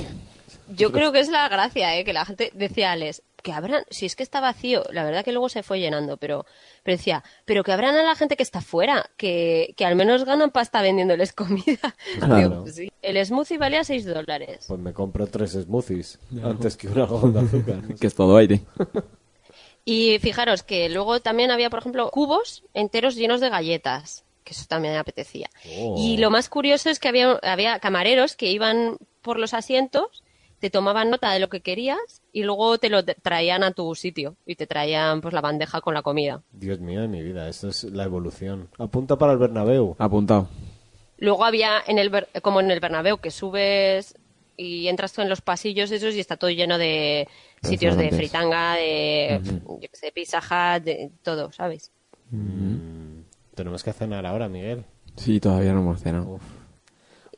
Yo creo que es la gracia, ¿eh? que la gente decía, Alex, que habrán, si es que está vacío, la verdad que luego se fue llenando, pero, pero decía, pero que habrán a la gente que está fuera, que, que al menos ganan pasta vendiéndoles comida.
Claro.
Digo, pues sí. El smoothie valía 6 dólares.
Pues me compro tres smoothies antes que una algodón de azúcar.
Que es todo aire.
Y fijaros que luego también había, por ejemplo, cubos enteros llenos de galletas, que eso también me apetecía. Y lo más curioso es que había, había camareros que iban por los asientos te tomaban nota de lo que querías y luego te lo traían a tu sitio y te traían pues la bandeja con la comida.
Dios mío de mi vida, esto es la evolución. Apunta para el Bernabéu.
Apuntado.
Luego había, en el, Ber- como en el Bernabéu, que subes y entras tú en los pasillos esos y está todo lleno de sitios de
Restaurantes.
fritanga, de, yo qué sé, Pizza Hut, de todo, ¿sabes?
Tenemos que cenar ahora, Miguel.
Sí, todavía no hemos cenado.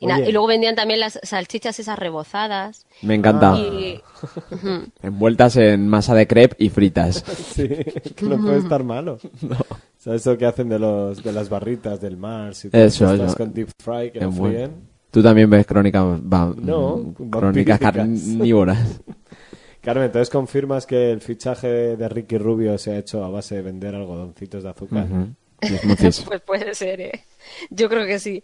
Y, na-
Oye.
y luego vendían también las salchichas esas rebozadas.
Me encanta.
Ah, Y,
Envueltas en masa de crepe y fritas.
Sí, que no puede estar malo. O sea, eso que hacen de los de las barritas del mar, si
Eso, eso.
con deep fry que lo
Es bueno.
fríen.
Tú también ves crónicas va-
No,
mm, crónicas
vampíricas.
carnívoras.
Carmen, entonces confirmas que el fichaje de Ricky Rubio se ha hecho a base de vender algodoncitos de azúcar.
Ujú. Y smoothies.
Pues puede ser, ¿eh? Yo creo que sí.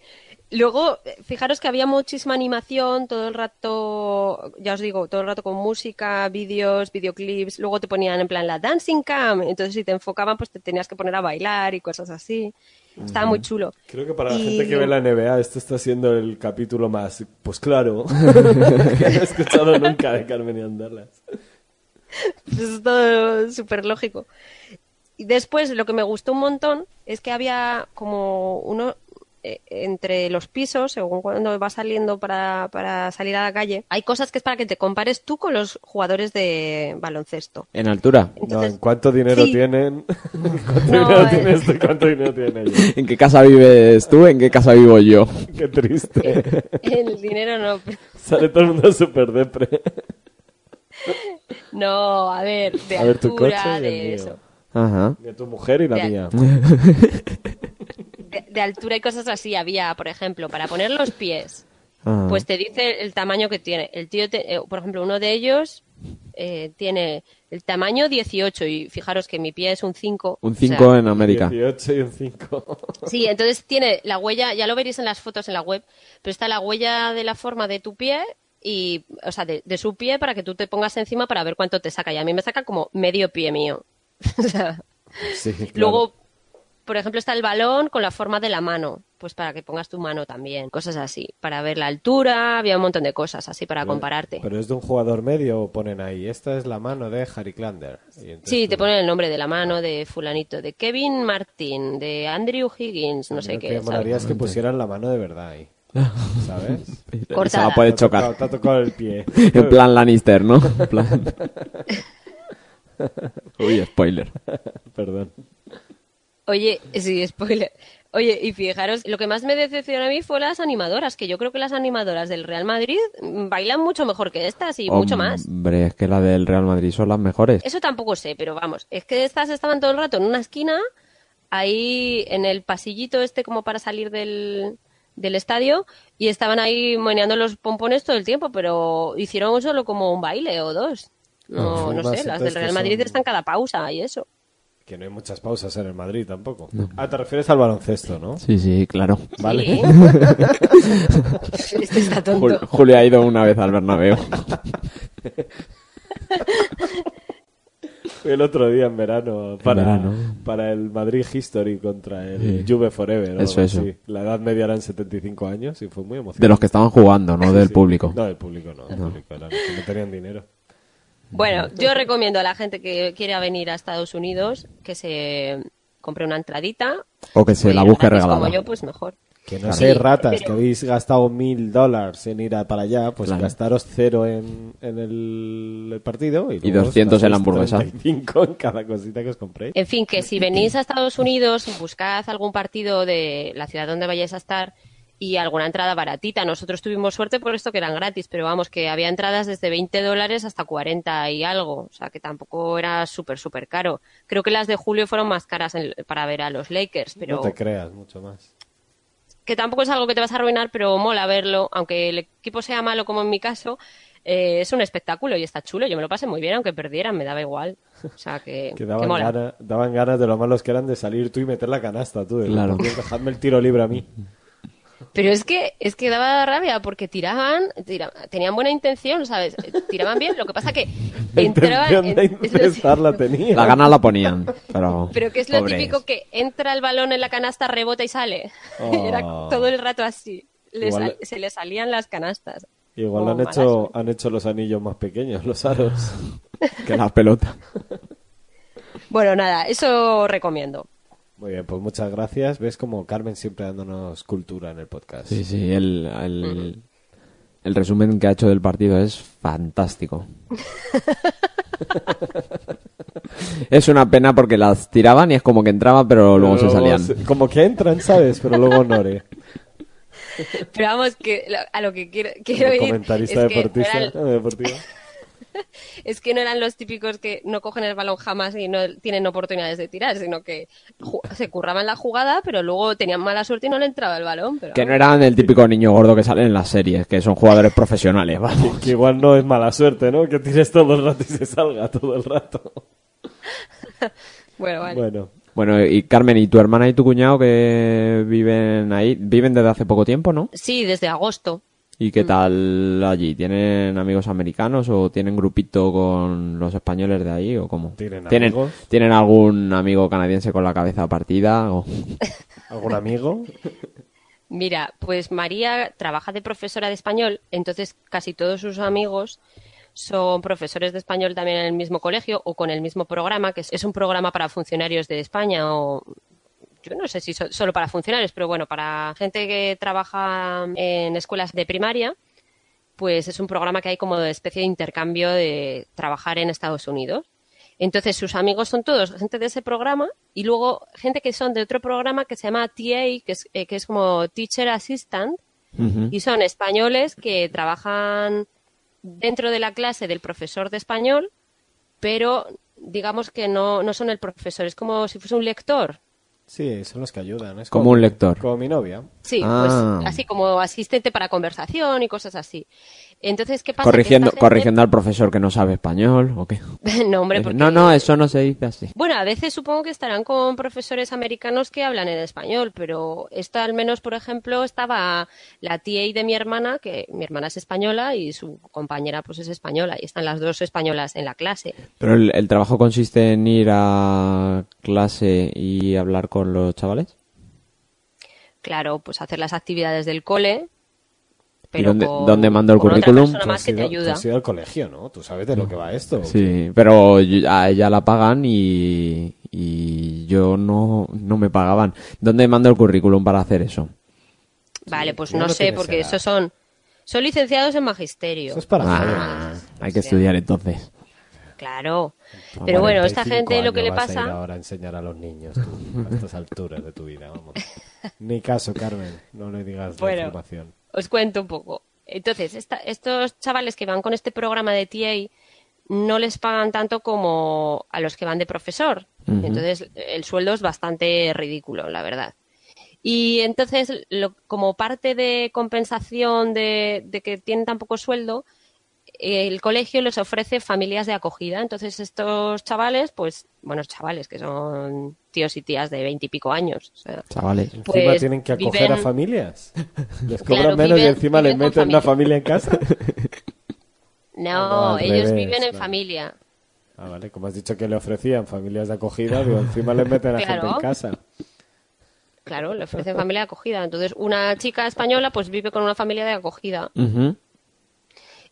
Luego, eh, fijaros que había muchísima animación, todo el rato, ya os digo, todo el rato con música, vídeos, videoclips, luego te ponían en plan la dancing cam, entonces si te enfocaban pues te tenías que poner a bailar y cosas así. Estaba muy chulo.
Creo que para la
Y
gente que
luego-
ve la NBA esto está siendo el capítulo más, pues claro, que no he escuchado nunca de Carmen y Anderlas.
Eso es todo súper lógico. Y después lo que me gustó un montón es que había como uno eh, entre los pisos, según cuando vas saliendo para, para salir a la calle, hay cosas que es para que te compares tú con los jugadores de baloncesto.
En altura.
No,
Entonces,
¿en cuánto dinero
Sí.
tienen? ¿Cuánto
No,
dinero
eh.
tienes tú? ¿Cuánto dinero tiene ella?
¿En qué casa vives tú? ¿En qué casa vivo yo?
Qué triste.
el dinero no.
Sale todo el mundo súper depre.
No, a ver, de
A ver, tu
altura,
coche y el
de
mío.
eso.
Ajá.
De tu mujer y la
De-
mía.
De, de altura y cosas así. Había, por ejemplo, para poner los pies.
Ah.
Pues te dice el tamaño que tiene. El tío, te- eh, por ejemplo, uno de ellos eh, tiene el tamaño 18 y fijaros que mi pie es un 5.
Un eh.
o sea,
5 en América.
18 y un 5.
Sí, entonces tiene la huella, ya lo veréis en las fotos en la web, pero está la huella de la forma de tu pie y, o sea, de, de su pie para que tú te pongas encima para ver cuánto te saca. Y a mí me saca como medio pie mío. O sea,
Sí, claro.
Luego, por ejemplo, está el balón con la forma de la mano, pues para que pongas tu mano también, cosas así, para ver la altura, había un montón de cosas así para compararte.
Pero es de un jugador medio o ponen ahí. Esta es la mano de Harry Klander. Y entonces
Sí,
tú-
te ponen el nombre de la mano de fulanito, de Kevin Martin, de Andrew Higgins, no sé
Lo
qué.
que
¿sabes?
molaría es que pusieran la mano de verdad ahí. ¿Sabes?
Se
Cortada.
va a poder
Te ha tocado-
chocar.
Te ha tocado el pie.
En plan Lannister, ¿no? En plan... Uy, spoiler.
Perdón.
Oye, sí, spoiler. Oye, y fijaros, lo que más me decepcionó a mí fue las animadoras, que yo creo que las animadoras del Real Madrid mm, bailan mucho mejor que estas y mucho más.
Hombre, es que la del Real Madrid son las mejores.
Eso tampoco sé, pero vamos, es que estas estaban todo el rato en una esquina, ahí en el pasillito este como para salir del, del estadio, y estaban ahí moneando los pompones todo el tiempo, pero hicieron solo como un baile o dos.
Ah,
No,
son
no
más
sé, las del
entonces que
Real Madrid
son-
están cada pausa y eso.
Que no hay muchas pausas en el Madrid tampoco. Ah, te refieres al baloncesto, ¿no?
Sí, sí, claro.
Sí. Este está tonto.
Jul- Julio ha ido una vez al Bernabéu.
Fui el otro día en verano para,
verano.
para el Madrid History contra el Juve Forever. o
Eso,
algo
eso.
así. La edad media eran 75 años y fue muy emocionante.
De los que estaban jugando, no del público.
No, del público no. del público eran los que no tenían dinero.
Bueno, yo recomiendo a la gente que quiera venir a Estados Unidos que se compre una entradita.
O que se
Oye,
la busque
gratis
regalada.
Como yo, pues mejor.
Que no
Claro.
seáis ratas, que habéis gastado mil dólares en ir a- para allá, pues
Claro.
gastaros cero en, en el, el partido y,
Y
luego
200 en
gastáis
la hamburguesa.
35 en cada cosita que os compréis.
En fin, que si venís a Estados Unidos, buscad algún partido de la ciudad donde vayáis a estar y alguna entrada baratita. Nosotros tuvimos suerte por esto que eran gratis, pero vamos, que había entradas desde 20 dólares hasta 40 y algo. O sea, que tampoco era súper, súper caro. Creo que las de julio fueron más caras en- para ver a los Lakers, pero
No te creas mucho más.
que tampoco es algo que te vas a arruinar, pero mola verlo. Aunque el equipo sea malo, como en mi caso, eh, es un espectáculo y está chulo. Yo me lo pasé muy bien, aunque perdieran, me daba igual. O sea, Eh, que,
Que
que
daban,
mola.
gana- daban ganas de lo malos que eran de salir tú y meter la canasta, tú. de
Claro.
Dejadme el tiro libre a mí.
Pero es que, es que daba rabia porque tiraban, tira- tenían buena intención, ¿sabes? Eh, Tiraban bien, lo que pasa que
La
entraban...
intención de
en- es lo-
intentar la tenía.
La gana la ponían, pero...
pero que es lo
pobres.
típico que entra el balón en la canasta, rebota y sale.
Oh.
Era todo el rato así. Le
Igual-
sal- se le salían las canastas.
Igual
Oh,
han,
mala
hecho,
suerte.
han hecho los anillos más pequeños, los aros.
Que las pelotas.
Bueno, nada, eso recomiendo.
Muy bien, pues muchas gracias. Ves como Carmen siempre dándonos cultura en el podcast.
Sí, sí, el, el, el resumen que ha hecho del partido es fantástico. es una pena porque las tiraban y es como que entraba, pero luego se
Pero
salían.
se- Como que entran, ¿sabes? Pero luego eh. Nore.
Pero vamos, que lo- a lo que quiero, quiero
Como
ir
comentarista
es que, no
deportista, eh,
eran,
deportivo.
es que no eran los típicos que no cogen el balón jamás y no tienen oportunidades de tirar, sino que ju- se curraban la jugada, pero luego tenían mala suerte y no le entraba el balón. Pero
Que no eran el típico niño gordo que sale en las series, que son jugadores profesionales, vamos.
Que igual no es mala suerte, ¿no? Que tires todo el rato y se salga todo el rato.
bueno, vale.
Bueno,
Bueno, y Carmen, ¿y tu hermana y tu cuñado que viven ahí? Viven desde hace poco tiempo, ¿no?
Sí, desde agosto.
¿Y
Mm.
qué tal allí? ¿Tienen amigos americanos o tienen grupito con los españoles de ahí o cómo?
¿Tienen
¿Tienen,
amigos?
¿tienen algún amigo canadiense con la cabeza partida? o-
¿algún amigo?
Mira, pues María trabaja de profesora de español, entonces casi todos sus amigos son profesores de español también en el mismo colegio o con el mismo programa, que es- es un programa para funcionarios de España o yo no sé si so- solo para funcionarios, pero bueno, para gente que trabaja en escuelas de primaria, pues es un programa que hay como de especie de intercambio de trabajar en Estados Unidos. Entonces sus amigos son todos gente de ese programa y luego gente que son de otro programa que se llama TA, que es, eh, que es como Teacher Assistant,
Ujú.
y son españoles que trabajan dentro de la clase del profesor de español, pero digamos que no, no son el profesor, es como si fuese un lector.
Sí, son los que ayudan. Es
Como un lector.
Como mi novia.
Sí,
Ah.
pues así como asistente para conversación y cosas así. Entonces, ¿qué pasa? Que
Corrigiendo,
esta gente-
corrigiendo al profesor que no sabe español o qué.
no, hombre,
Dice,
porque...
No, no, eso no se dice así.
Bueno, a veces supongo que estarán con profesores americanos que hablan en español, pero esto al menos, por ejemplo, estaba la tía de mi hermana, que mi hermana es española y su compañera pues es española, y están las dos españolas en la clase.
Pero el, el trabajo consiste en ir a clase y hablar con los chavales.
Claro, pues hacer las actividades del cole,
¿Y
pero
dónde-
con-
dónde mando el
con otra
currículum?
persona
Tú
más
has
que te
ido-
ayuda.
tú has ido al colegio, ¿no? Tú sabes de lo que va esto.
Sí, pero yo- a ella la pagan y, y yo no, no me pagaban. ¿Dónde mando el currículum para hacer eso?
Vale, pues
tú
no
no
sé,
tienes
porque
edad.
esos son son licenciados en magisterio.
Eso es para jóvenes.
Ah, hay que estudiar entonces.
Claro.
Con
Pero bueno, esta
45
gente lo que le
años vas a ir
pasa
ahora a enseñar a los niños tú, a estas alturas de tu vida, vamos. Ni caso, Carmen, no le digas la
Bueno.
información.
Os cuento un poco. Entonces, esta- estos chavales que van con este programa de TA no les pagan tanto como a los que van de profesor. Entonces, el sueldo es bastante ridículo, la verdad. Y entonces, lo- como parte de compensación de, de que tienen tan poco sueldo, el colegio les ofrece familias de acogida. Entonces, estos chavales, pues, bueno, chavales que son tíos y tías de veintipico años. o sea,
Chavales.
encima
pues,
tienen que acoger a
viven-
familias. Les
Claro,
cobran menos y
viven-
encima les
viven con
meten una familia en casa.
No,
No, al
ellos
revés,
viven en
claro.
familia.
Ah, vale, como has dicho que le ofrecían familias de acogida, digo, encima les meten a
Claro.
gente en casa.
Claro, le ofrecen familia de acogida. Entonces, una chica española pues vive con una familia de acogida.
Ujú.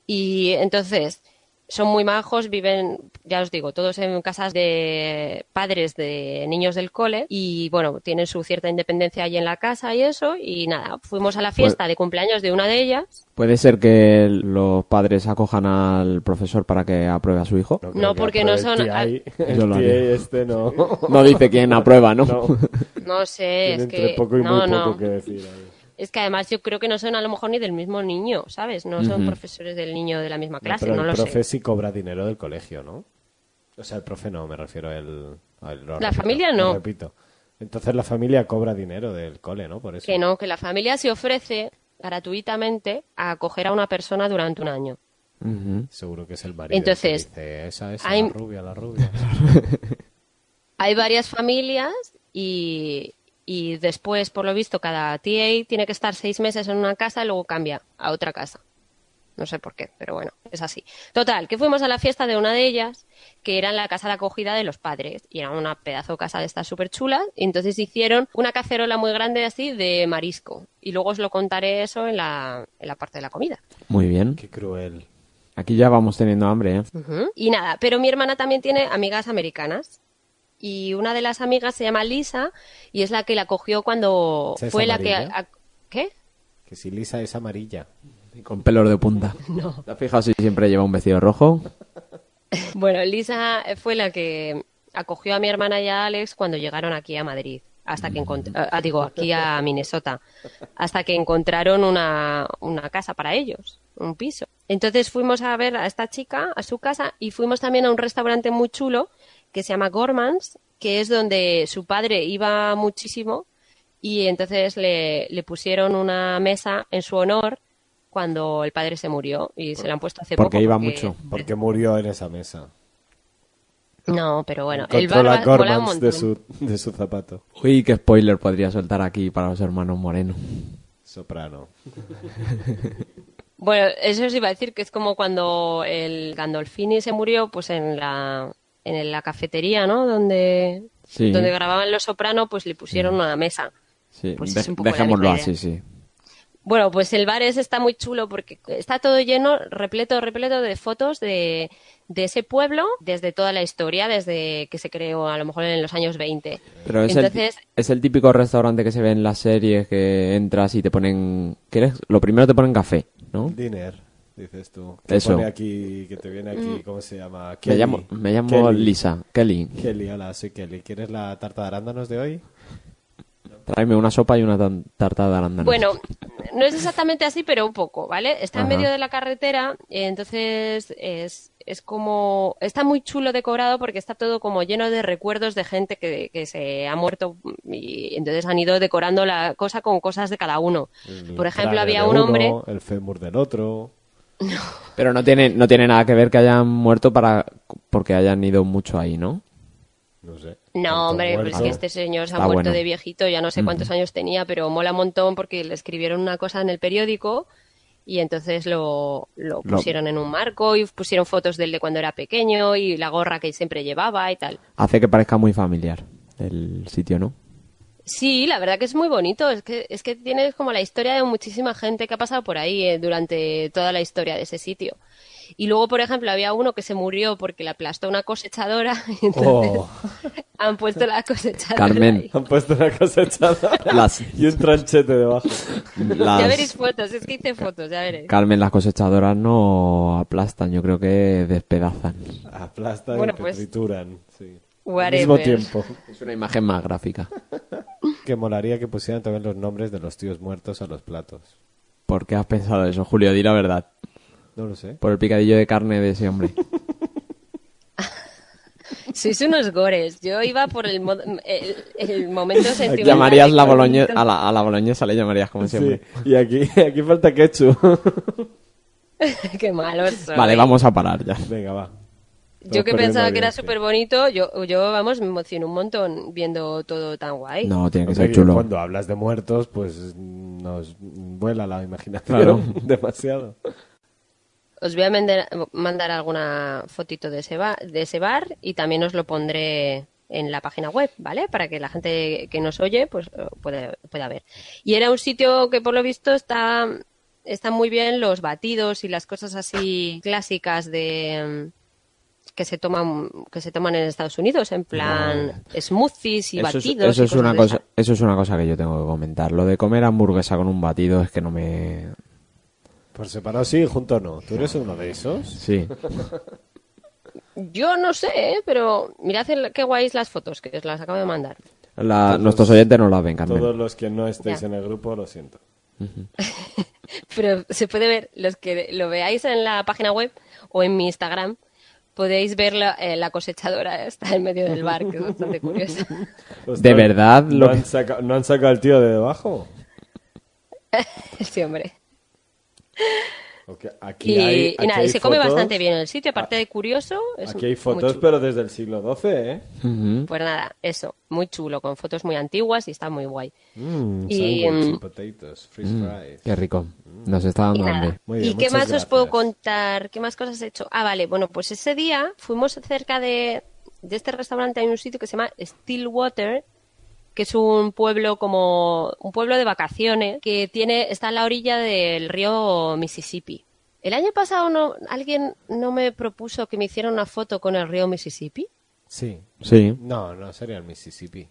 Y entonces, son muy majos, viven, ya os digo, todos en casas de padres de niños del cole y bueno, tienen su cierta independencia ahí en la casa y eso. Y nada, fuimos a la fiesta de cumpleaños de una de ellas.
¿Puede ser que los padres acojan al profesor para que apruebe a su hijo?
creo
No,
que
porque no
apruebe
son-
El TI,
Yo
el
lo
TI
haría.
este no.
No dice quién aprueba, ¿no?
No,
No sé,
tiene
es
entre
que...
poco y
no,
muy
no.
poco que decir. ahí.
Es que además yo creo que no son a lo mejor ni del mismo niño, ¿sabes? No son profesores del niño de la misma clase,
pero
no
el
lo
profe
sé.
sí cobra dinero del colegio, ¿no? O sea, el profe no, me refiero al... al- lo
La
repito,
familia no.
lo repito. Entonces la familia cobra dinero del cole, ¿no? Por eso.
Que no, que la familia se ofrece gratuitamente a acoger a una persona durante un año.
Ujú.
Seguro que es el marido.
Entonces,
el que dice, esa es
hay-
la rubia, la rubia.
Hay varias familias y, y después, por lo visto, cada TA tiene que estar seis meses en una casa y luego cambia a otra casa. No sé por qué, pero bueno, es así. Total, que fuimos a la fiesta de una de ellas, que era en la casa de acogida de los padres. Y era una pedazo de casa de estas súper chulas. Y entonces hicieron una cacerola muy grande así de marisco. Y luego os lo contaré eso en la, en la parte de la comida.
Muy bien.
Qué cruel.
Aquí ya vamos teniendo hambre, ¿eh?
Ujú. Y nada, pero mi hermana también tiene amigas americanas. Y una de las amigas se llama Lisa y es la que la cogió cuando
¿Esa es
fue la que...
amarilla?
a- ¿Qué?
Que si Lisa es amarilla.
Con pelos de punta. No. ¿Te has fijado si siempre lleva un vestido rojo?
Bueno, Lisa eh, fue la que acogió a mi hermana y a Alex cuando llegaron aquí a Madrid, hasta que encont- ah, ah, digo, aquí a Minnesota, hasta que encontraron una, una casa para ellos, un piso. Entonces fuimos a ver a esta chica, a su casa, y fuimos también a un restaurante muy chulo que se llama Gormans, que es donde su padre iba muchísimo y entonces le, le pusieron una mesa en su honor cuando el padre se murió y se la han puesto hace poco.
Porque iba mucho.
Porque murió en esa mesa.
No, pero bueno, el
Encontró la
barba mola un
Gormans de
montón.
su, de su zapato.
Uy, qué spoiler podría soltar aquí para los hermanos Moreno.
Soprano.
Bueno, eso os iba a decir que es como cuando el Gandolfini se murió, pues en la en la cafetería, ¿no? Donde
Sí. Mm.
donde grababan Los Soprano, pues le pusieron una mesa.
Sí,
Pues
de-
es un poco la
dejémoslo
misma idea.
así, sí.
Bueno, pues el bar ese está muy chulo porque está todo lleno, repleto, repleto de fotos de, de ese pueblo desde toda la historia, desde que se creó a lo mejor en los años 20.
Pero es,
Entonces,
el, es el típico restaurante que se ve en las series que entras y te ponen... ¿Quieres? Lo primero te ponen café, ¿no?
Diner, dices tú. Que
Eso.
pone aquí, que te viene
Mm.
aquí, ¿cómo se llama?
Me
Kelly.
llamo, me llamo
Kelly.
Lisa. Kelly,
Kelly, hola, soy Kelly. ¿Quieres la tarta de arándanos de hoy?
tráeme una sopa y una tan- tarta de arándanos.
Bueno, no es exactamente así, pero un poco, ¿vale? Está en
Ajá.
medio de la carretera, eh, entonces es, es como... Está muy chulo decorado porque está todo como lleno de recuerdos de gente que, que se ha muerto y entonces han ido decorando la cosa con cosas de cada uno.
El
Por ejemplo,
cráneo
había
Mm. de
un
uno,
hombre...
El fémur del otro.
Pero no tiene, no tiene nada que ver que hayan muerto para porque hayan ido mucho ahí, ¿no?
No sé.
No,
Tanto
hombre, pero es
muerto.
que este señor se ha
Está
muerto
bueno.
de viejito, ya no sé cuántos años tenía, pero mola un montón porque le escribieron una cosa en el periódico y entonces lo, lo
Lo-
pusieron en un marco y pusieron fotos de él de cuando era pequeño y la gorra que siempre llevaba y tal.
Hace que parezca muy familiar el sitio, ¿no?
Sí, la verdad que es muy bonito, es que, es que tienes como la historia de muchísima gente que ha pasado por ahí eh, durante toda la historia de ese sitio. Y luego, por ejemplo, había uno que se murió porque le aplastó una cosechadora y entonces
Oh,
han puesto la cosechadora ahí.
Carmen,
han puesto una cosechada
las,
y un tranchete debajo.
las-
Ya veréis fotos, es que hice fotos, ya veréis.
Carmen, las cosechadoras no aplastan, yo creo que despedazan.
Aplastan
Bueno,
y
pues,
trituran. Sí. Al
Whatever.
mismo tiempo.
Es una imagen más gráfica.
Que molaría que pusieran también los nombres de los tíos muertos a los platos.
¿Por qué has pensado eso, Julio? Di la verdad.
No lo sé.
Por el picadillo de carne de ese hombre.
Sois unos gores. Yo iba por el, mo- el, el momento sentimental.
llamarías
de
la
cuando-
boloñesa, Ah. a la, a la boloñesa le llamarías como
Sí.
siempre.
Y aquí, aquí falta ketchup.
Qué malo soy.
Vale, vamos a parar ya.
Venga, va.
Yo que
Estamos
pensaba
perdiendo
que era
audiencia.
súper bonito, yo, yo, vamos, me emocioné un montón viendo todo tan guay.
No, tiene que
Hombre,
ser
que
chulo.
Cuando hablas de muertos, pues nos vuela la imaginación
Claro.
demasiado.
Os voy a mandar, mandar alguna fotito de ese, ba- de ese bar y también os lo pondré en la página web, ¿vale? Para que la gente que nos oye pues eh, pueda, pueda ver. Y era un sitio que por lo visto está están muy bien los batidos y las cosas así clásicas de mm, que se toman que se toman en Estados Unidos en plan smoothies y
Ah, Eso es,
batidos.
eso
y
es una
cosas de
cosa, eso es una cosa que yo tengo que comentar. Lo de comer hamburguesa con un batido es que no me...
Por separado sí, junto no. ¿Tú eres uno de esos?
Sí.
esas. Yo no sé, ¿eh? pero mirad el- qué guays las fotos que os las acabo de mandar.
La- nuestros oyentes no las ven, Carmen.
Todos los que no estéis
Ya.
en el grupo, lo siento.
Pero se puede ver, los que lo veáis en la página web o en mi Instagram, podéis ver la, eh, la cosechadora está en medio del bar, que es bastante curiosa.
Ostras,
¿De verdad?
¿No,
Lo
han
que-
saca- ¿No han
este
sacado al tío de debajo?
Sí, hombre.
Ok, Aquí
Y,
hay-
y nada,
aquí
y
hay
se come
fotos- Ah,
bastante bien en el sitio, aparte de curioso. Es
Aquí hay
muy
fotos,
chulo.
pero desde el siglo XII, ¿eh?
Ujú.
Pues nada, eso, muy chulo, con fotos muy antiguas y está muy guay.
y,
Y, mm,
potatoes, freeze fries.
Qué rico. Nos está
Y
dando
nada.
hambre.
Muy bien,
¿Y qué
muchas
más
gracias.
os puedo contar? ¿Qué más cosas he hecho? Ah, vale, bueno, pues ese día fuimos cerca de, de este restaurante, hay un sitio que se llama Stillwater, que es un pueblo como un pueblo de vacaciones que tiene está en la orilla del río Mississippi. El año pasado no alguien no me propuso que me hiciera una foto con el río Mississippi.
Sí.
Sí,
No, no, sería el Mississippi.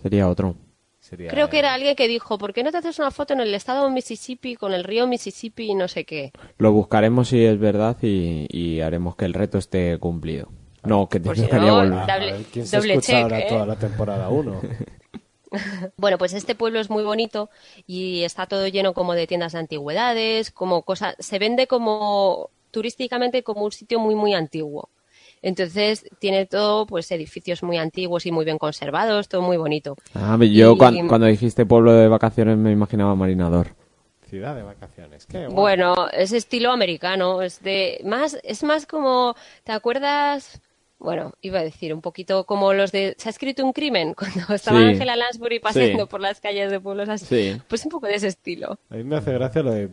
sería otro.
Sería
Creo que era
el-
alguien que dijo, ¿por qué no te haces una foto en el estado de Mississippi con el río Mississippi y no sé qué?
Lo buscaremos si es verdad y, y haremos que el reto esté cumplido. No, que
Por
tienes
si
que
no,
volver.
Ah,
Doble-
a ver, ¿Quién se
doble
escucha
check,
ahora
¿eh?
toda la temporada 1?
Bueno, pues este pueblo es muy bonito y está todo lleno como de tiendas de antigüedades, como cosas, se vende como turísticamente como un sitio muy muy antiguo. Entonces tiene todo pues edificios muy antiguos y muy bien conservados, todo muy bonito.
Ah, yo
Y-
cuan- cuando dijiste pueblo de vacaciones me imaginaba marinador.
Ciudad de vacaciones. Qué guay.
Bueno, es estilo americano, es de más, es más como, ¿te acuerdas? Bueno, iba a decir un poquito como los de se ha escrito un crimen cuando estaba
Sí.
Angela Lansbury paseando
Sí.
por las calles de pueblos así,
Sí.
pues un poco de ese estilo.
A mí me hace gracia lo de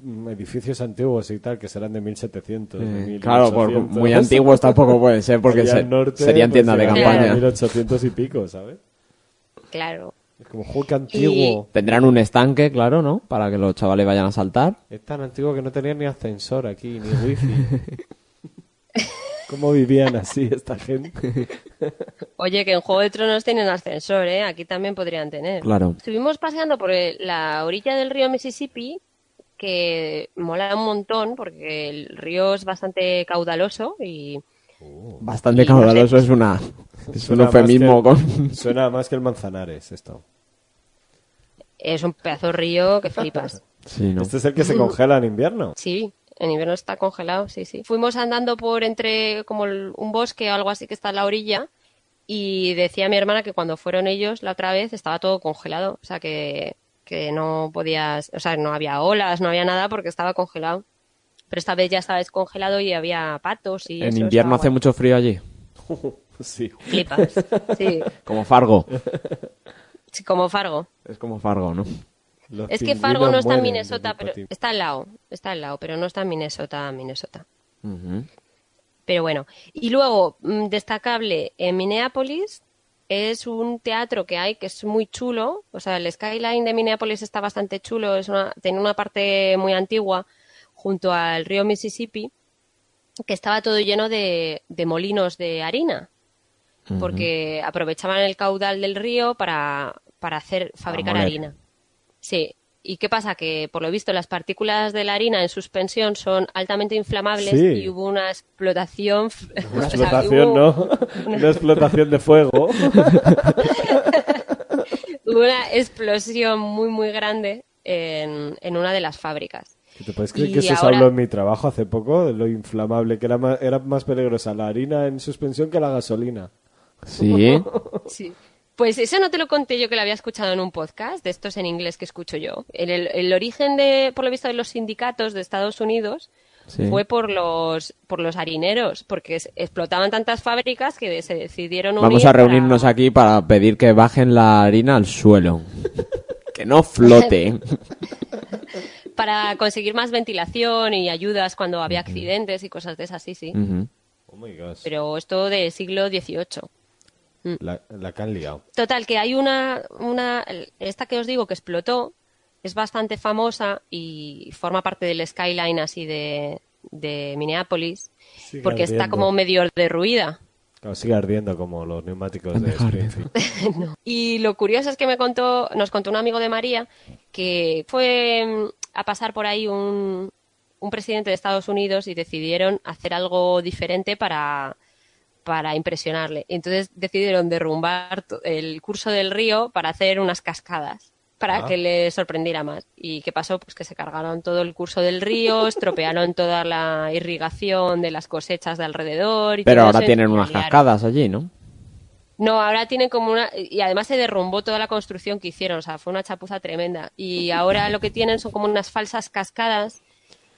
mm, edificios antiguos y tal, que serán de 1700. de
Eh,
1800.
claro, por- muy antiguos tampoco puede ser porque
Allá
se-
al norte,
serían
pues,
tiendas de
serán
campaña.
de 1800 y pico, ¿sabes?
Claro.
Es como juego que antiguo.
Tendrán un estanque, claro, ¿no? Para que los chavales vayan a saltar.
Es tan antiguo que no tenía ni ascensor aquí, ni wifi. ¿Cómo vivían así esta gente?
Oye, que en Juego de Tronos tienen ascensor, ¿eh? Aquí también podrían tener.
Claro.
Estuvimos paseando por el- la orilla del río Mississippi, que mola un montón porque el río es bastante caudaloso y
Bastante
Y no sé.
caudaloso es una es un
Suena más
eufemismo
que-
con
Suena más que el Manzanares esto.
es un pedazo de río que flipas.
Sí, ¿no?
Este es el que se congela en invierno.
Sí, en invierno está congelado, sí, sí. Fuimos andando por entre como el- un bosque o algo así que está en la orilla y decía mi hermana que cuando fueron ellos la otra vez estaba todo congelado, o sea que, que no podías, o sea, no había olas, no había nada porque estaba congelado. Pero esta vez ya estaba descongelado y había patos y
En
eso
invierno hace
estaba
mucho frío allí,
Sí.
guay. Flipas, sí,
como Fargo.
sí, como Fargo.
Es como Fargo, ¿no?
Los
Es que
pingüinos
Fargo no está en
mueren de
Minnesota, pero
hipotermia.
está al lado, está al lado, pero no está en Minnesota, Minnesota.
Ujú.
Pero bueno, y luego, mm, destacable, en Minneapolis es un teatro que hay que es muy chulo, o sea, el skyline de Minneapolis está bastante chulo, es una, tiene una parte muy antigua junto al río Mississippi, que estaba todo lleno de, de molinos de harina, porque aprovechaban el caudal del río para, para hacer, fabricar
moler.
harina. Sí. ¿Y qué pasa? Que por lo visto las partículas de la harina en suspensión son altamente inflamables
Sí.
y hubo una explotación.
Una
o sea,
explotación,
hubo
¿no? Una explotación de fuego.
Una explosión muy, muy grande en, en una de las fábricas.
¿Que ¿Te puedes creer
Y
que eso se
ahora-
habló en mi trabajo hace poco? De lo inflamable, que era más, era más peligrosa la harina en suspensión que la gasolina.
Sí.
Sí. Pues eso no te lo conté yo que lo había escuchado en un podcast, de estos en inglés que escucho yo. El, el- el origen de, por lo visto, de los sindicatos de Estados Unidos
Sí.
fue por los, por los harineros, porque es- explotaban tantas fábricas que se decidieron unir
Vamos a
para-
reunirnos aquí para pedir que bajen la harina al suelo. que no flote.
para conseguir más ventilación y ayudas cuando había accidentes y cosas de esas, sí, sí.
Ujú.
Oh my gosh.
Pero esto de siglo XVIII.
La, la que han liado.
Total, que hay una, una, esta que os digo que explotó, es bastante famosa y forma parte del skyline así de, de Minneapolis,
Sigue
porque está
ardiendo.
como medio derruida.
Claro, sigue ardiendo como los neumáticos de Springfield.
Y lo curioso es que me contó, nos contó un amigo de María que fue mm, a pasar por ahí un, un presidente de Estados Unidos y decidieron hacer algo diferente para, para impresionarle. Entonces decidieron derrumbar to- el curso del río para hacer unas cascadas para
Ah.
que le sorprendiera más. ¿Y qué pasó? Pues que se cargaron todo el curso del río, estropearon toda la irrigación de las cosechas de alrededor. Y
Pero
todo
ahora
eso, y
tienen
la
unas
liaron.
cascadas allí, ¿no?
No, ahora tienen como una... Y además se derrumbó toda la construcción que hicieron, o sea, fue una chapuza tremenda. Y ahora lo que tienen son como unas falsas cascadas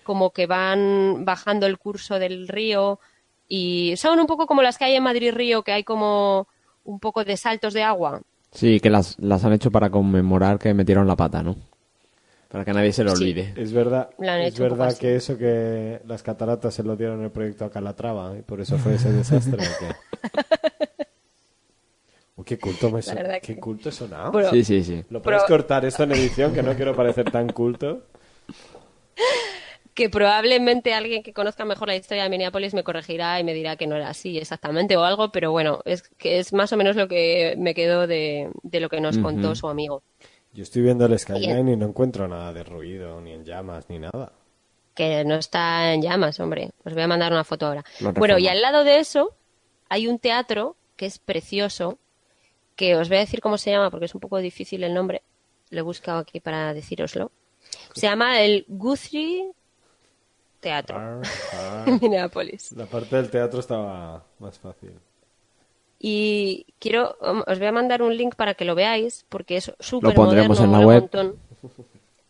como que van bajando el curso del río y son un poco como las que hay en Madrid Río, que hay como un poco de saltos de agua.
Sí, que las, las han hecho para conmemorar que metieron la pata, ¿no? Para que nadie se lo
Sí.
olvide.
Es verdad,
Lo han
es
hecho un poco
verdad
así.
que eso que las cataratas se lo dieron en el proyecto a Calatrava y por eso fue ese desastre. ¿o qué? Uy, qué culto me
La
suena.
verdad
Qué
que-
culto he sonado.
Bueno,
Sí, sí, sí.
¿Lo puedes
Pero-
cortar esto en edición? Que no quiero parecer tan culto.
que probablemente alguien que conozca mejor la historia de Minneapolis me corregirá y me dirá que no era así exactamente o algo, pero bueno, es que es más o menos lo que me quedo de, de lo que nos contó su amigo.
Yo estoy viendo el skyline y no encuentro nada de ruido, ni en llamas, ni nada.
Que no está en llamas, hombre. Os voy a mandar una foto ahora.
Lo
Bueno, y
reformo.
al lado de eso hay un teatro que es precioso, que os voy a decir cómo se llama porque es un poco difícil el nombre. Lo he buscado aquí para decíroslo. Se llama el Guthrie Teatro
Ar,
en
ar.
Minneapolis.
La parte del teatro estaba más fácil.
Y quiero, um, os voy a mandar un link para que lo veáis, porque es súper
pondremos en la web.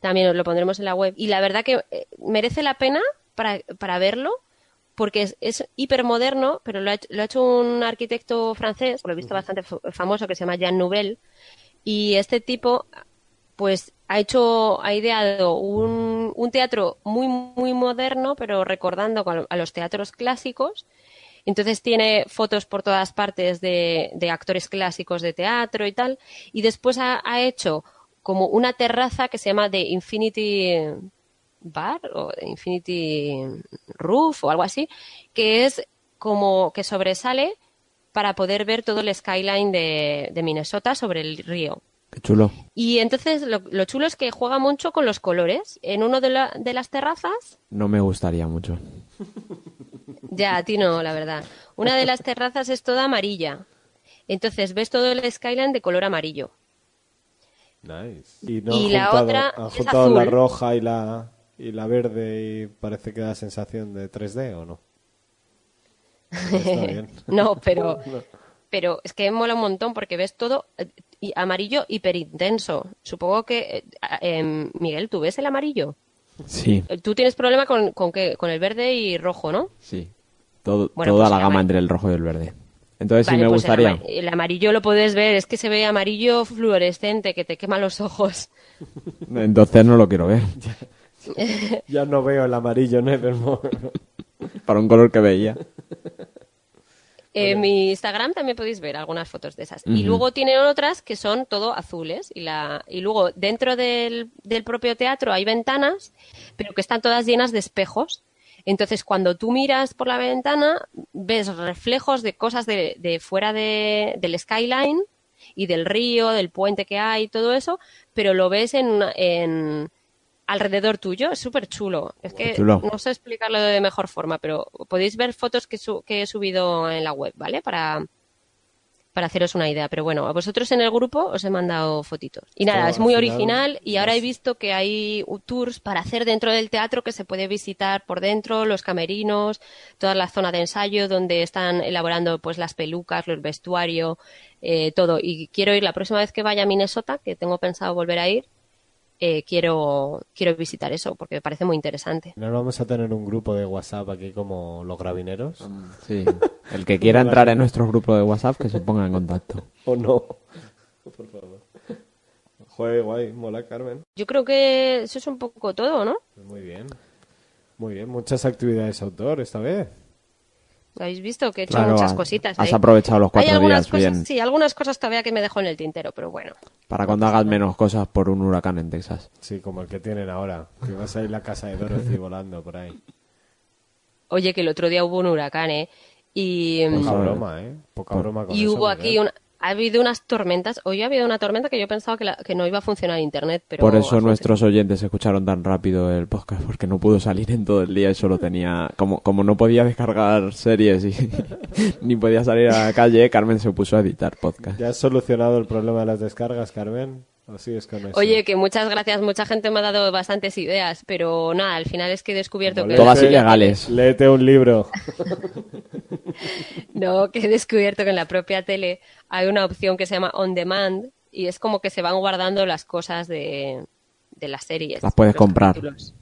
También os lo pondremos en la web. Y la verdad que eh, merece la pena para, para verlo, porque es, es hipermoderno, pero lo ha, hecho- lo ha hecho un arquitecto francés, por lo visto bastante fa- famoso, que se llama Jean Nouvel. Y este tipo, pues, ha hecho, ha ideado un, un teatro muy, muy moderno, pero recordando a lo- a los teatros clásicos. Entonces tiene fotos por todas partes de, de actores clásicos de teatro y tal. Y después ha, ha hecho como una terraza que se llama The Infinity Bar o The Infinity Roof o algo así, que es como que sobresale para poder ver todo el skyline de, de Minnesota sobre el río.
Qué chulo.
Y entonces lo, lo chulo es que juega mucho con los colores. En uno de, la- de las terrazas
No me gustaría mucho.
Ya, a ti no, la verdad. Una de las terrazas es toda amarilla. Entonces ves todo el skyline de color amarillo.
Nice. Y, no
Y
han
la
juntado-
otra
han
es
juntado la
azul.
roja y la, y la verde y parece que da sensación de 3D o no. Está bien.
No, pero, pero es que mola un montón porque ves todo eh, y- amarillo hiperintenso. Supongo que, eh, a- em, Miguel, ¿tú ves el amarillo?
Sí,
Eh, Tú tienes problema con, con, que, con el verde y rojo, ¿no?
sí. Todo-
Bueno,
toda
pues
la
el
gama
amar-
entre el rojo y el verde. Entonces sí
Vale,
me
pues el ama-
gustaría.
El amarillo lo puedes ver, es que se ve amarillo fluorescente que te quema los ojos.
Entonces no lo quiero ver.
Ya no veo el amarillo Nevermore.
Para un color que veía.
En Eh, mi Instagram también podéis ver algunas fotos de esas. Y luego tienen otras que son todo azules. Y, la, y luego dentro del, del propio teatro hay ventanas, pero que están todas llenas de espejos. Entonces, cuando tú miras por la ventana, ves reflejos de cosas de, de fuera de- del skyline y del río, del puente que hay, todo eso, pero lo ves en, una- en alrededor tuyo. Es súper chulo. Es que
chulo.
no sé explicarlo de mejor forma, pero podéis ver fotos que, su- que he subido en la web, ¿vale? Para, para haceros una idea. Pero bueno, a vosotros en el grupo os he mandado fotitos. Y nada,
Todo
es muy
al final,
original y ahora he visto que hay u- tours para hacer dentro del teatro que se puede visitar por dentro, los camerinos, toda la zona de ensayo donde están elaborando pues las pelucas, los vestuarios, eh, todo. Y quiero ir la próxima vez que vaya a Minnesota, que tengo pensado volver a ir, eh, quiero, quiero visitar eso porque me parece muy interesante.
¿No vamos a tener un grupo de WhatsApp aquí como los gravineros?
Sí. El que quiera entrar en nuestro grupo de WhatsApp, que se ponga en contacto.
¿O no? Por favor. Joder, guay. Mola, Carmen.
Yo creo que eso es un poco todo, ¿no?
Pues Muy bien. Muy bien. Muchas actividades outdoor esta vez.
¿Lo habéis visto? Que he hecho
Claro,
muchas
has-
cositas.
has
ahí.
aprovechado los cuatro
Hay algunas
días,
cosas,
bien.
Sí, algunas cosas todavía que me dejo en el tintero, pero bueno.
Para cuando hagas menos cosas por un huracán en Texas.
Sí, como el que tienen ahora. Que va a salir la casa de Dorothy volando por ahí.
Oye, que el otro día hubo un huracán, ¿eh? Y, mm,
Poca
Joder.
broma, ¿eh?
Pues
Poca broma con
y
eso,
hubo
Miguel.
¿eh?
aquí una... Ha habido unas tormentas. Hoy ha habido una tormenta que yo pensaba que, la- que no iba a funcionar internet, pero...
Por
ha
eso
funcionado.
nuestros oyentes escucharon tan rápido el podcast, porque no pudo salir en todo el día y solo tenía... Como, como no podía descargar series y ni podía salir a la calle, Carmen se puso a editar podcast.
¿Ya has solucionado el problema de las descargas, Carmen? ¿O sigues con eso?
Oye, que muchas gracias. Mucha gente me ha dado bastantes ideas, pero nada, al final es que he descubierto que...
Todas ilegales.
Léete un libro.
No, que he descubierto que en la propia tele hay una opción que se llama On Demand y es como que se van guardando las cosas de, de las series.
Las puedes
los
comprar.
capítulos.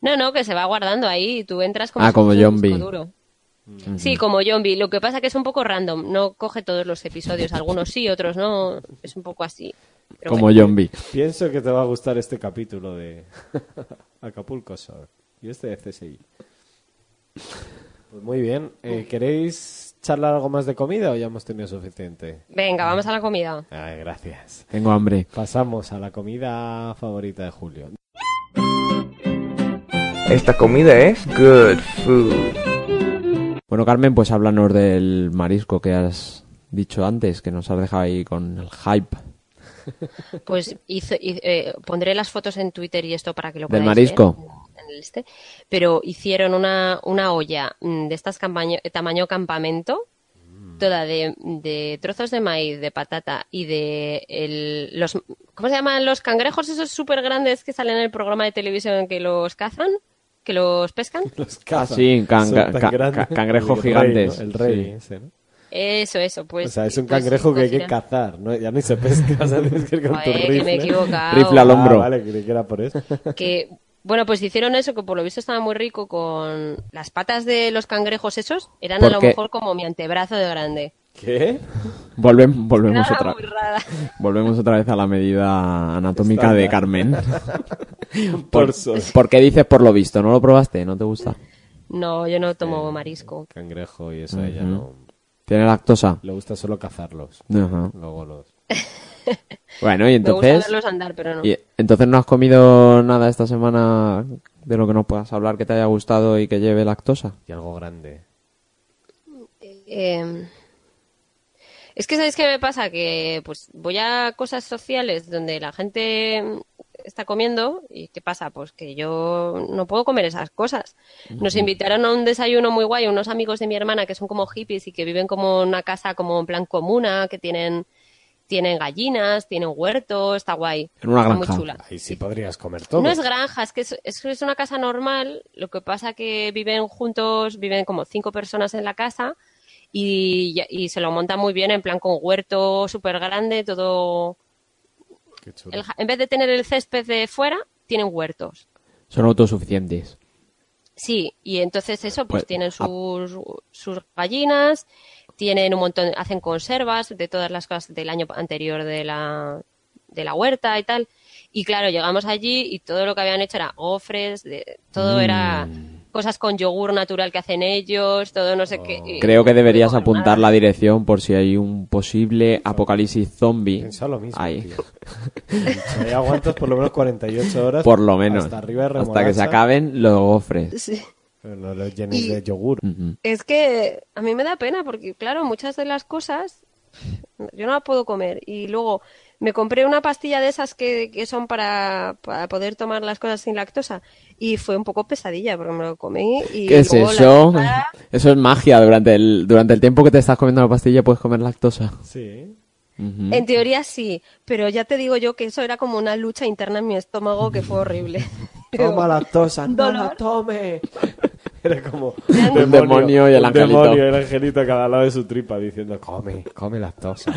No, no, que se va guardando ahí y tú entras como
Ah,
si
como
fuese un
zombie.
disco duro. Sí, como zombie. Lo que pasa que es un poco random. No coge todos los episodios. Algunos sí, otros no. Es un poco así. Pero
Como
bueno.
zombie.
Pienso que te va a gustar este capítulo de Acapulco Shore y este de CSI. Pues muy bien. Eh, ¿Queréis charlar algo más de comida o ya hemos tenido suficiente?
Venga, vamos a la comida.
Ay, gracias.
Tengo hambre.
Pasamos a la comida favorita de Julio.
Esta comida es good food.
Bueno, Carmen, pues háblanos del marisco que has dicho antes, que nos has dejado ahí con el hype
Pues hizo- hi- eh, pondré las fotos en Twitter y esto para que lo
Del
podáis
marisco.
ver en el este. Pero hicieron una, una olla mm, de estas campaño- tamaño campamento, toda de, de trozos de maíz, de patata y de el- los... ¿Cómo se llaman los cangrejos esos súper grandes que salen en el programa de televisión que los cazan? ¿Que los pescan?
Los
Ah, sí, can-
son tan
ca-
grandes.
ca- cangrejos
El rey, ¿no?
gigantes,
El rey,
sí.
ese, ¿no?
Eso, eso, pues...
O sea, es un
pues
cangrejo que hay que
cocinan-
cazar, ¿no? Ya ni se pesca, o sea, tienes que ir con tu
Joder, que me he
rifle.
equivocado.
Rifle al
Ah,
hombro.
vale, creí que era por eso.
que bueno, pues hicieron eso que por lo visto estaba muy rico con las patas de los cangrejos esos eran a
¿Por
lo
qué?
mejor como mi antebrazo de grande.
¿Qué?
Volvem- volvemos,
Nada,
otra,
muy rara.
volvemos otra vez a la medida anatómica de
Estándar.
Carmen. Por,
Torso.
¿Por qué dices por lo visto? ¿No lo probaste? ¿No te gusta?
No, yo no tomo marisco.
Cangrejo y eso, a ella no.
¿Tiene lactosa?
Le gusta solo cazarlos.
Ajá.
Luego los.
Bueno, y
Me
entonces...
gusta verlos andar, pero no.
y entonces no has comido nada esta semana de lo que nos puedas hablar que te haya gustado y que lleve lactosa.
Y algo grande.
Eh, es que sabéis qué me pasa que pues voy a cosas sociales donde la gente mm, está comiendo y qué pasa pues que yo no puedo comer esas cosas. Nos invitaron a un desayuno muy guay unos amigos de mi hermana que son como hippies y que viven como en una casa como en plan comuna que tienen tienen gallinas, tienen huerto, está guay.
En una
Está
granja.
muy chula.
Ahí sí podrías comer todo.
No es granja, es que es, es que es una casa normal. Lo que pasa que viven juntos, viven como cinco personas en la casa y, ya- y se lo montan muy bien, en plan con huerto súper grande, todo.
Qué chulo.
el ja- en vez de tener el césped de fuera, tienen huertos.
Son autosuficientes.
Sí, y entonces eso, pues
Pues,
tienen
ah.
sus, sus gallinas, tienen un montón, hacen conservas de todas las cosas del año anterior de la, de la huerta y tal. Y claro, llegamos allí y todo lo que habían hecho era gofres, de,
Mm.
todo era cosas con yogur natural que hacen ellos, todo no sé qué. y
Creo que
no
deberías
comer
apuntar
nada.
la dirección por si hay un posible apocalipsis zombie.
Pensaba lo mismo,
Ahí.
tío. Ahí aguantas por lo menos 48 horas.
Por lo menos.
Hasta arriba de remolacha,
hasta que se acaben los gofres.
Sí.
Pero no los llenes de yogur.
Es que a mí me da pena porque, claro, muchas de las cosas yo no las puedo comer. Y luego me compré una pastilla de esas que, que son para, para poder tomar las cosas sin lactosa. Y fue un poco pesadilla porque me lo comí y
¿Qué es
luego la
eso?
tostada-
Eso es magia. Durante el, durante el tiempo que te estás comiendo la pastilla puedes comer lactosa.
Sí.
En teoría sí, pero ya te digo yo que eso era como una lucha interna en mi estómago que fue horrible.
Toma lactosa, no la
Dolor.
tome. Era como
Un
demonio y el
un
angelito.
demonio y el angelito a cada lado de su tripa diciendo, come, come lactosa.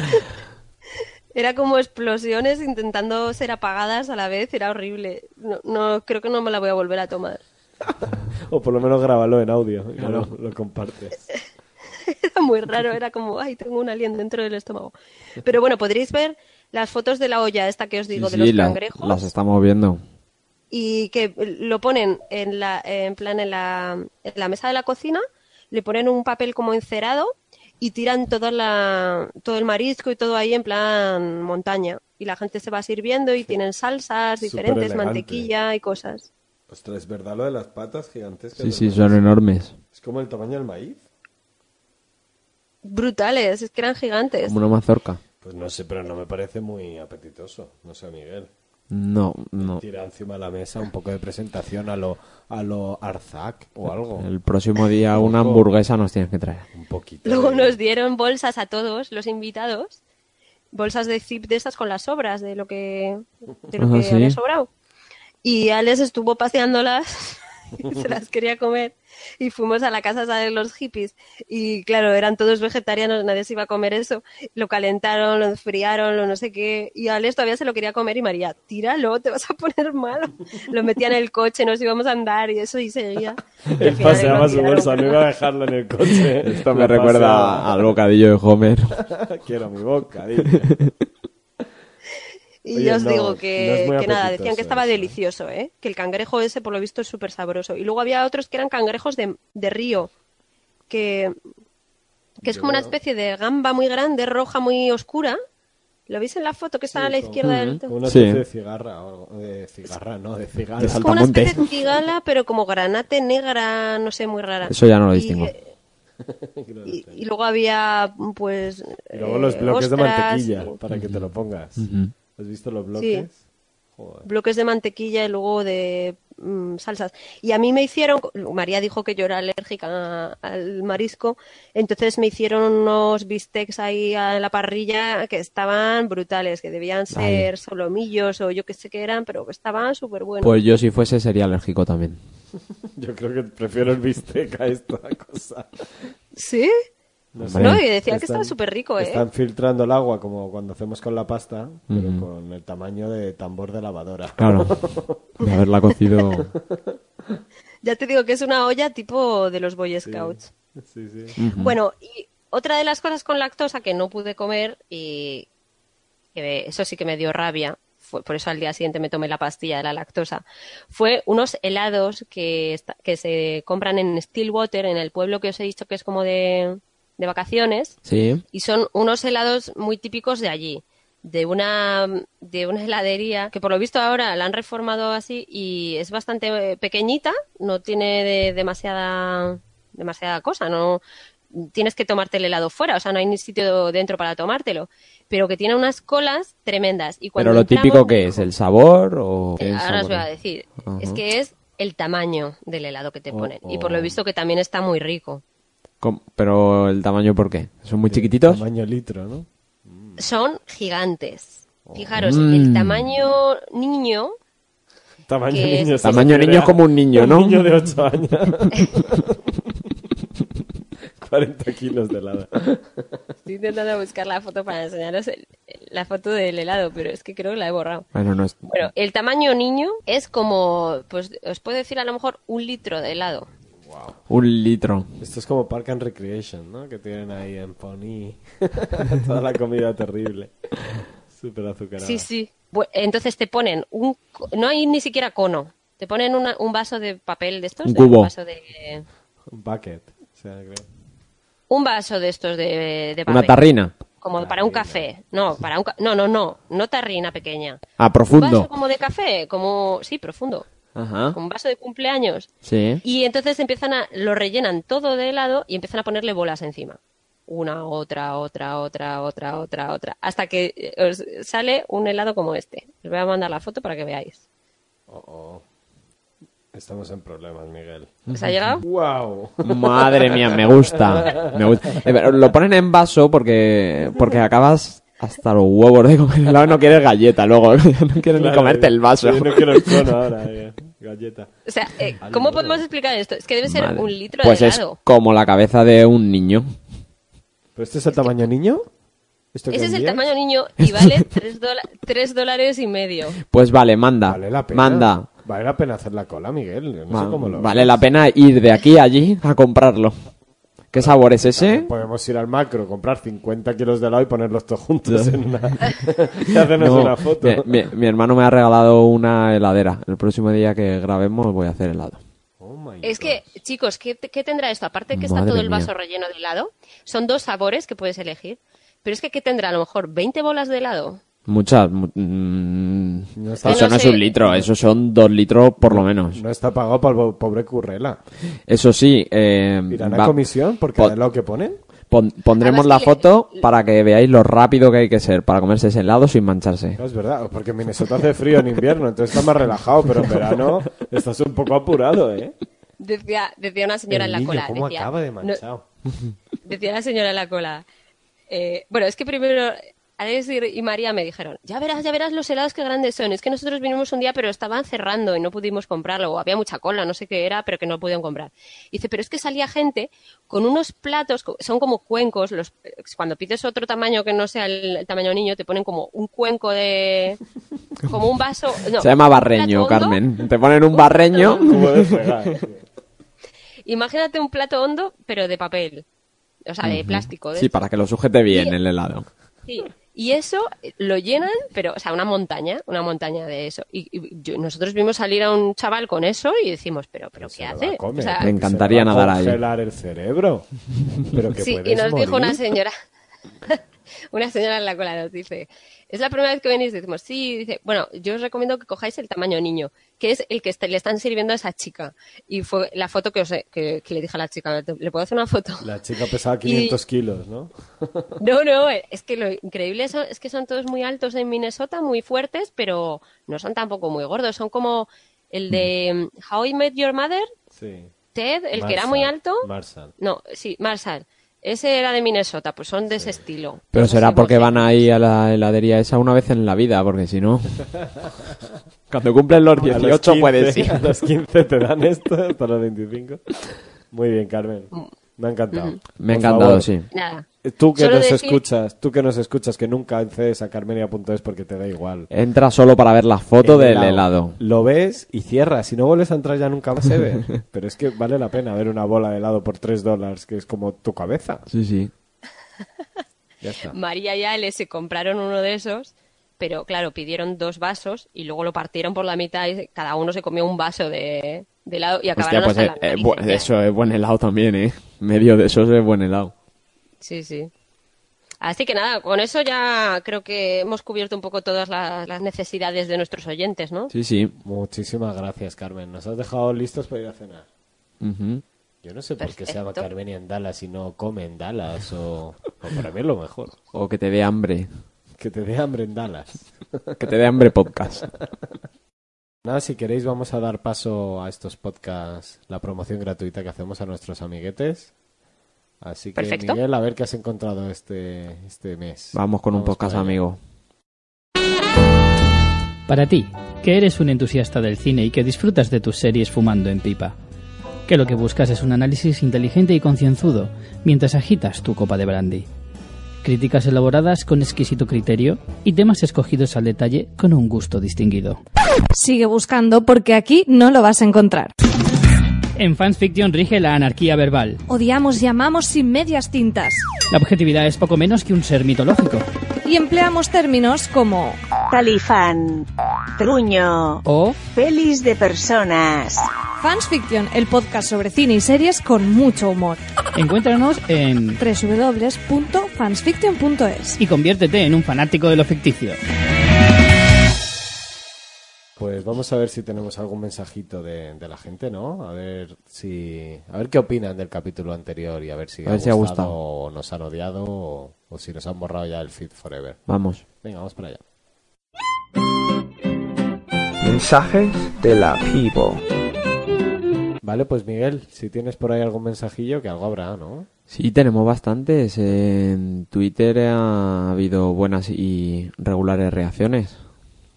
Era como explosiones intentando ser apagadas a la vez, era horrible. No, no creo que no me la voy a volver a tomar.
O por lo menos grábalo en audio y lo, lo compartes.
Era muy raro, era como, ay, tengo un alien dentro del estómago. Pero bueno, podréis ver las fotos de la olla, esta que os digo,
Sí,
de
sí,
los
la-
cangrejos,
las estamos viendo.
y que lo ponen en, la, en plan en la, en la mesa de la cocina, le ponen un papel como encerado y tiran toda la, todo el marisco y todo ahí en plan montaña. Y la gente se va sirviendo y tienen salsas
Súper
diferentes,
elegante.
mantequilla y cosas.
Ostras, es verdad lo de las patas gigantescas.
Sí, sí, son enormes.
Es como el tamaño del maíz.
Brutales, es que eran gigantes.
Como una mazorca.
Pues no sé, pero no me parece muy apetitoso. No sé, Miguel.
No, no.
Tira encima de la mesa un poco de presentación a lo, a lo Arzac o algo.
El próximo día una hamburguesa nos tienes que traer.
Un poquito.
Luego
de-
nos dieron bolsas a todos los invitados, bolsas de zip de estas con las sobras de lo que, de lo
Ajá,
que
sí.
había sobrado. Y Alex estuvo paseándolas y se las quería comer. Y fuimos a la casa esa de los hippies. Y claro, eran todos vegetarianos, nadie se iba a comer eso. Lo calentaron, lo enfriaron, lo no sé qué. Y Alex todavía se lo quería comer y María, tíralo, te vas a poner malo. Lo metía en el coche, nos íbamos a andar y eso y seguía. Y al
Él
final lo
paseaba su
tiraron.
bolsa, no iba a dejarla en el coche.
Esto me
La
recuerda
paseaba.
al bocadillo de Homer.
Quiero mi boca, dice.
Y
Oye,
yo os
no,
digo
no
que,
es muy
que nada, decían
apetitoso
que estaba
eso, ¿eh?
delicioso, ¿eh? Que el cangrejo ese, por lo visto, es súper sabroso. Y luego había otros que eran cangrejos de, de río, que, que es
Yo
como una
veo-
especie de gamba muy grande, roja, muy oscura. ¿Lo veis en la foto que está a la izquierda del...
Como Una
Sí.
especie de cigarra o algo. De cigarra, no, de cigarra.
Es
Es como una
saltamonte.
especie de cigala, pero como granate negra, no sé, muy rara.
Eso ya no lo
Y,
distingo.
eh, Y, y luego había, pues...
Y luego los
eh,
bloques de
ostras,
mantequilla, para que te lo pongas. ¿Has visto los bloques? Joder.
bloques de mantequilla y luego de mm, salsas. Y a mí me hicieron, María dijo que yo era alérgica a- al marisco, entonces me hicieron unos bistecs ahí a la parrilla que estaban brutales, que debían ser solomillos o yo qué sé qué eran, pero que estaban súper buenos.
Pues yo si fuese sería alérgico también.
Yo creo que prefiero el bistec a esta cosa.
¿Sí?
No,
Hombre. No,
y decían que estaba superrico, ¿eh?
Están filtrando el agua como cuando hacemos con la pasta, pero con el tamaño de tambor de lavadora.
Claro. De haberla cocido.
Ya te digo que es una olla tipo de los Boy Scouts.
Sí, sí.
Bueno, y otra de las cosas con lactosa que no pude comer y que me- eso sí que me dio rabia, fue, por eso al día siguiente me tomé la pastilla de la lactosa, fue unos helados que, esta- que se compran en Stillwater, en el pueblo que os he dicho que es como de, de vacaciones,
Sí.
y son unos helados muy típicos de allí, de una, de una heladería que por lo visto ahora la han reformado así y es bastante eh, pequeñita, no tiene de- demasiada, demasiada cosa, no tienes que tomarte el helado fuera, o sea, no hay ni sitio dentro para tomártelo, pero que tiene unas colas tremendas. Y cuando
Pero lo
entramos- Eh,
típico que es, ¿el sabor o...? qué
Ahora os voy
sabor
a
es?
decir,
Ajá.
es que es el tamaño del helado que te
Oh,
ponen y por
oh.
lo visto que también está muy rico.
Com- Pero el tamaño, ¿por qué? ¿Son muy chiquititos?
Tamaño litro, ¿no?
Son gigantes. Fijaros, el
Mm.
tamaño niño
Tamaño
Que es-
niño. se
Tamaño
refiere
niño
a-
como un niño, ¿no?
Un niño de 8 años. 40 kilos de helado.
Estoy intentando buscar la foto para enseñaros el- la foto del helado, pero es que creo que la he borrado.
Bueno, no es...
Bueno, el tamaño niño es como, pues os puedo decir a lo mejor un litro de helado.
Un litro.
Esto es como Park and Recreation, ¿no? Que tienen ahí en Pony. Toda la comida terrible. Súper azucarada.
Sí, sí. Bu- Entonces te ponen un, co- no hay ni siquiera cono. Te ponen una- un vaso de papel de estos,
Un
de-
cubo.
vaso de,
Bucket. o sea, creo.
un vaso de estos de, de
Una
papel.
tarrina.
Como para un café. No, para un, ca- no, no, no, no tarrina pequeña. Un
Ah,
vaso
profundo. Ah.
como de café, como, sí, profundo.
Ajá.
Como un vaso de cumpleaños.
Sí.
Y entonces empiezan a, lo rellenan todo de helado y empiezan a ponerle bolas encima. Una, otra, otra, otra, otra, otra, otra. Hasta que eh, os sale un helado como este. Os voy a mandar la foto para que veáis.
Oh, oh. Estamos en problemas, Miguel.
¿Os ha llegado?
¡Wow!
Madre mía, me gusta. Me gusta. Eh, pero lo ponen en vaso porque, porque acabas hasta los huevos de comer helado. No quieres galleta luego. No quieres ni comerte el vaso.
Yo no quiero el cono ahora, eh. galleta.
O sea, eh, ¿cómo podemos explicar esto? Es que debe ser
Madre.
un litro
pues
de
es
helado.
como la cabeza de un niño.
¿Pero este es el tamaño niño? ¿Esto que
Ese es el
envías?
tamaño niño y vale 3, dólares y medio.
Pues vale, manda.
Vale la pena.
Manda.
Vale la pena hacer la cola, Miguel. Yo No
Va-
sé cómo lo
vale la pena ir de aquí a allí a comprarlo. ¿Qué sabor es ese?
Podemos ir al macro, comprar 50 kilos de helado y ponerlos todos juntos en una... y hacernos
No,
una foto.
Mi, mi- mi hermano me ha regalado una heladera. El próximo día que grabemos voy a hacer helado.
Oh my
Es que, chicos, ¿qué, qué tendrá esto? Aparte que está
Madre
todo el
mía.
vaso relleno de helado, son dos sabores que puedes elegir. Pero es que, ¿qué tendrá? A lo mejor 20 bolas de helado.
Muchas. mu- mm,
No está-
eso
No
no es
sé.
un litro, eso son dos litros por lo menos.
No está pagado para el pobre Currela.
Eso sí, eh,
Irán
va-
a comisión por
pon-
cada helado que ponen.
pon- pondremos
Además que
la
le-
foto para que veáis lo rápido que hay que ser para comerse ese helado sin mancharse.
No, es verdad, porque en Minnesota hace frío en invierno, entonces está más relajado, pero en verano estás un poco apurado, ¿eh?
Decía, decía una señora
El
en la
niño,
cola.
¿Cómo
decía,
acaba de
no-
manchado?
decía la señora en la cola. eh, bueno, es que primero Alex y y María me dijeron, ya verás, ya verás los helados que grandes son. Es que nosotros vinimos un día, pero estaban cerrando y no pudimos comprarlo. O había mucha cola, no sé qué era, pero que no pudieron comprar. Y dice, pero es que salía gente con unos platos, co- son como cuencos. Los, eh, cuando pides otro tamaño que no sea el, el tamaño niño, te ponen como un cuenco de... como un vaso... no,
Se llama
un
barreño,
plato hondo.
Carmen. Te ponen un barreño.
Como de fregar.
Imagínate un plato hondo, pero de papel. O sea, de plástico. de
Sí,
esto.
para que lo sujete bien el helado.
Sí. Y eso eh, lo llenan, pero, o sea, una montaña, una montaña de eso. Y, y yo- nosotros vimos salir a un chaval con eso y decimos, pero, pero, ¿qué
Pues Se lo
hace?
va a comer,
O sea,
Me
porque
encantaría
se le va a
nadar ahí.
congelar el cerebro. Pero que
sí,
puedes
y nos
morir.
dijo una señora, una señora en la cola nos dice, es la primera vez que venís, decimos, sí, dice, bueno, yo os recomiendo que cojáis el tamaño niño, que es el que est- le están sirviendo a esa chica. Y fue la foto que, os he- que, que le dije a la chica, ¿le puedo hacer una foto?
La chica pesaba
Y-
500 kilos, ¿no?
No, no, es que lo increíble son- es que son todos muy altos en Minnesota, muy fuertes, pero no son tampoco muy gordos. Son como el de mm, How I Met Your Mother,
Sí.
Ted, el que era
Marshall,
muy alto.
Marshall.
No, sí, Marshall. Ese era de Minnesota, pues son de ese estilo.
Pero
Pues
será
así,
porque
pues,
van ahí a la heladería esa una vez en la vida, porque si no... Cuando cumplen los
A los
18 puedes
15,
ir.
A los 15 te dan esto, hasta los 25. Muy bien, Carmen.
Mm.
Me ha encantado.
Me ha
Por
encantado,
favor,
sí.
Nada.
Tú que
Solo
nos
decir-
escuchas, tú que nos escuchas, que nunca accedes a carmenia.es porque te da igual.
Entra solo para ver la foto
El
del helado.
Lo ves y cierras. Si no vuelves a entrar ya nunca más se ve. Pero es que vale la pena ver una bola de helado por 3 dólares, que es como tu cabeza.
Sí, sí.
Ya está.
María y Ale se compraron uno de esos, pero claro, pidieron dos vasos y luego lo partieron por la mitad y cada uno se comió un vaso de, de helado y
Hostia,
acabaron
pues
hasta las
eh, eh,
narices
bu-
ya.
eso es buen helado también, ¿eh? Medio de esos es buen helado.
Sí, sí. Así que nada, con eso ya creo que hemos cubierto un poco todas las, las necesidades de nuestros oyentes, ¿no?
Sí, sí.
Muchísimas gracias, Carmen. Nos has dejado listos para ir a cenar.
Ujú.
Yo no sé por qué se llama
Perfecto.
Carmenia en Dallas y no come en Dallas. O, o para mí es lo mejor.
O que te dé hambre.
Que te dé hambre en Dallas.
Que te dé hambre podcast.
Nada, si queréis vamos a dar paso a estos podcasts, la promoción gratuita que hacemos a nuestros amiguetes. Así que
Perfecto.
Miguel, a ver qué has encontrado este, este mes.
Vamos con un
Vamos
podcast,
para allá.
amigo.
Para ti, que eres un entusiasta del cine y que disfrutas de tus series fumando en pipa. Que lo que buscas es un análisis inteligente y concienzudo mientras agitas tu copa de brandy. Críticas elaboradas con exquisito criterio y temas escogidos al detalle con un gusto distinguido.
Sigue buscando porque aquí no lo vas a encontrar.
En Fans Fiction rige la anarquía verbal.
Odiamos y amamos sin medias tintas.
La objetividad es poco menos que un ser mitológico.
Y empleamos términos como
Talifán. Truño.
O
Pelis de personas.
Fans Fiction, el podcast sobre cine y series con mucho humor.
encuéntranos en...
www.fansfiction.es.
y conviértete en un fanático de lo ficticio.
Pues vamos a ver si tenemos algún mensajito de, de la gente, ¿no? A ver si, a ver qué opinan del capítulo anterior y a ver si,
A ver si ha gustado.
o nos han odiado o, o si nos han borrado ya el feed forever.
Vamos.
Venga, vamos para allá.
Mensajes de la people.
Vale, pues Miguel, si tienes por ahí algún mensajillo, que algo habrá, ¿no?
Sí, tenemos bastantes. En Twitter ha habido buenas y regulares reacciones.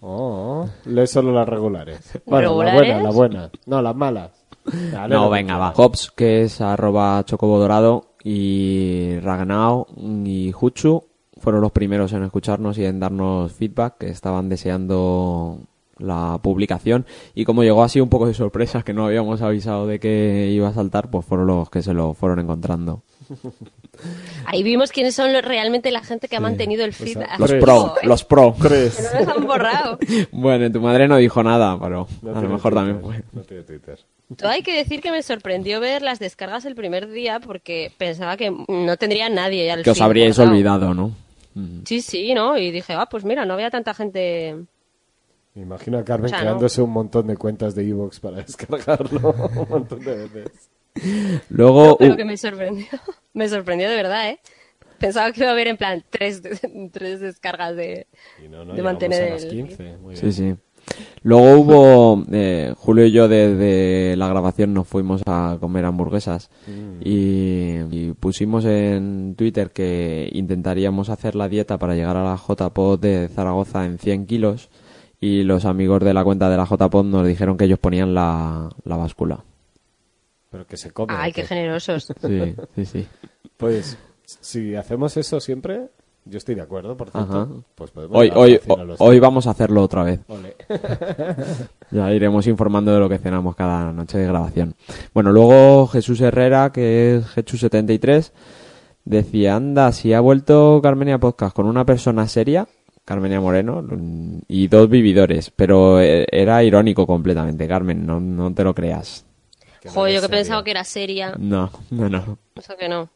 Oh, lee solo las regulares. Bueno, la
¿Regulares?
buena, la buena. No, las malas. Dale,
no,
lo que
venga, va.
quieras.
Hobbs, que es arroba chocobo dorado, y Raganao y Huchu fueron los primeros en escucharnos y en darnos feedback, que estaban deseando la publicación. Y como llegó así un poco de sorpresa, que no habíamos avisado de que iba a saltar, pues fueron los que se lo fueron encontrando.
Ahí vimos quiénes son los- realmente la gente que ha mantenido el feed.
Exacto.
hasta
Los
Tres.
el
pro,
tiempo, ¿eh?
los pro.
Que
Tres.
no nos han borrado.
Bueno, tu madre no dijo nada, pero
No
a lo
tiene
mejor
Twitter,
también fue.
No tiene Twitter.
Todo hay que decir que me sorprendió ver las descargas el primer día porque pensaba que no tendría nadie ya el
Que os
feed
habríais
borrado.
olvidado, ¿no? Mm.
Sí, sí, ¿no? Y dije, ah, pues mira, no había tanta gente.
Me imagino a Carmen
O sea, no.
creándose un montón de cuentas de Evox para descargarlo un montón de veces.
Luego,
Pero
uh,
que me sorprendió. Me sorprendió de verdad, ¿eh? Pensaba que iba a haber en plan tres, tres descargas de,
Y no, no,
De
llegamos
mantener
a las
el-
15. Muy
sí,
bien.
sí. Luego hubo, eh, Julio y yo desde la grabación nos fuimos a comer hamburguesas
Mm.
y, y pusimos en Twitter que intentaríamos hacer la dieta para llegar a la JPOD de Zaragoza en 100 kilos y los amigos de la cuenta de la JPOD nos dijeron que ellos ponían la, la báscula.
Oh, Pero que se come.
Ay,
¿o
qué
qué?
generosos.
Sí, sí, sí.
Pues si hacemos eso siempre, yo estoy de acuerdo, por cierto.
Ajá.
Pues podemos
Hoy,
dar
hoy,
ración a los-
hoy vamos a hacerlo otra vez.
Ole.
Ya iremos informando de lo que cenamos cada noche de grabación. Bueno, luego Jesús Herrera, que es Jesús73, decía, anda, si ha vuelto Carmenia Podcast con una persona seria, Carmenia Moreno, mm, y dos vividores, pero eh, era irónico completamente, Carmen, no, no te lo creas.
Joder, yo que
seria.
pensaba que era seria.
No, no, no.
O sea que no.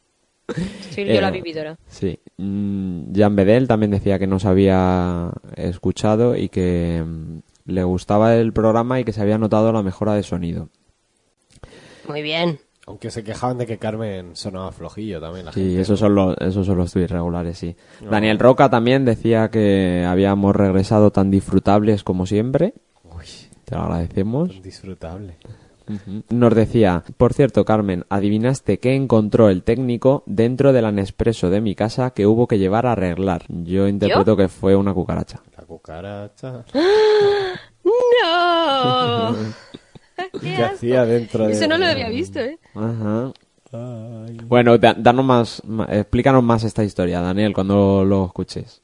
Soy
Eh,
yo la vividora.
Sí. Mm, Jan Bedel también decía que nos había escuchado y que mm, le gustaba el programa y que se había notado la mejora de sonido.
Muy bien.
Aunque se quejaban de que Carmen sonaba flojillo también la
Sí,
gente.
esos son los, esos son los tweets regulares, sí. Daniel Roca también decía que habíamos regresado tan disfrutables como siempre. Te lo agradecemos.
Disfrutable.
Nos decía, por cierto, Carmen, adivinaste qué encontró el técnico dentro del Nespresso de mi casa que hubo que llevar a arreglar. Yo interpreto que fue una cucaracha.
La cucaracha.
¡No!
¿Qué hacía dentro de.?
Eso no lo había visto, ¿eh?
Ajá. Bueno, da- danos más, ma- explícanos más esta historia, Daniel, cuando lo escuches.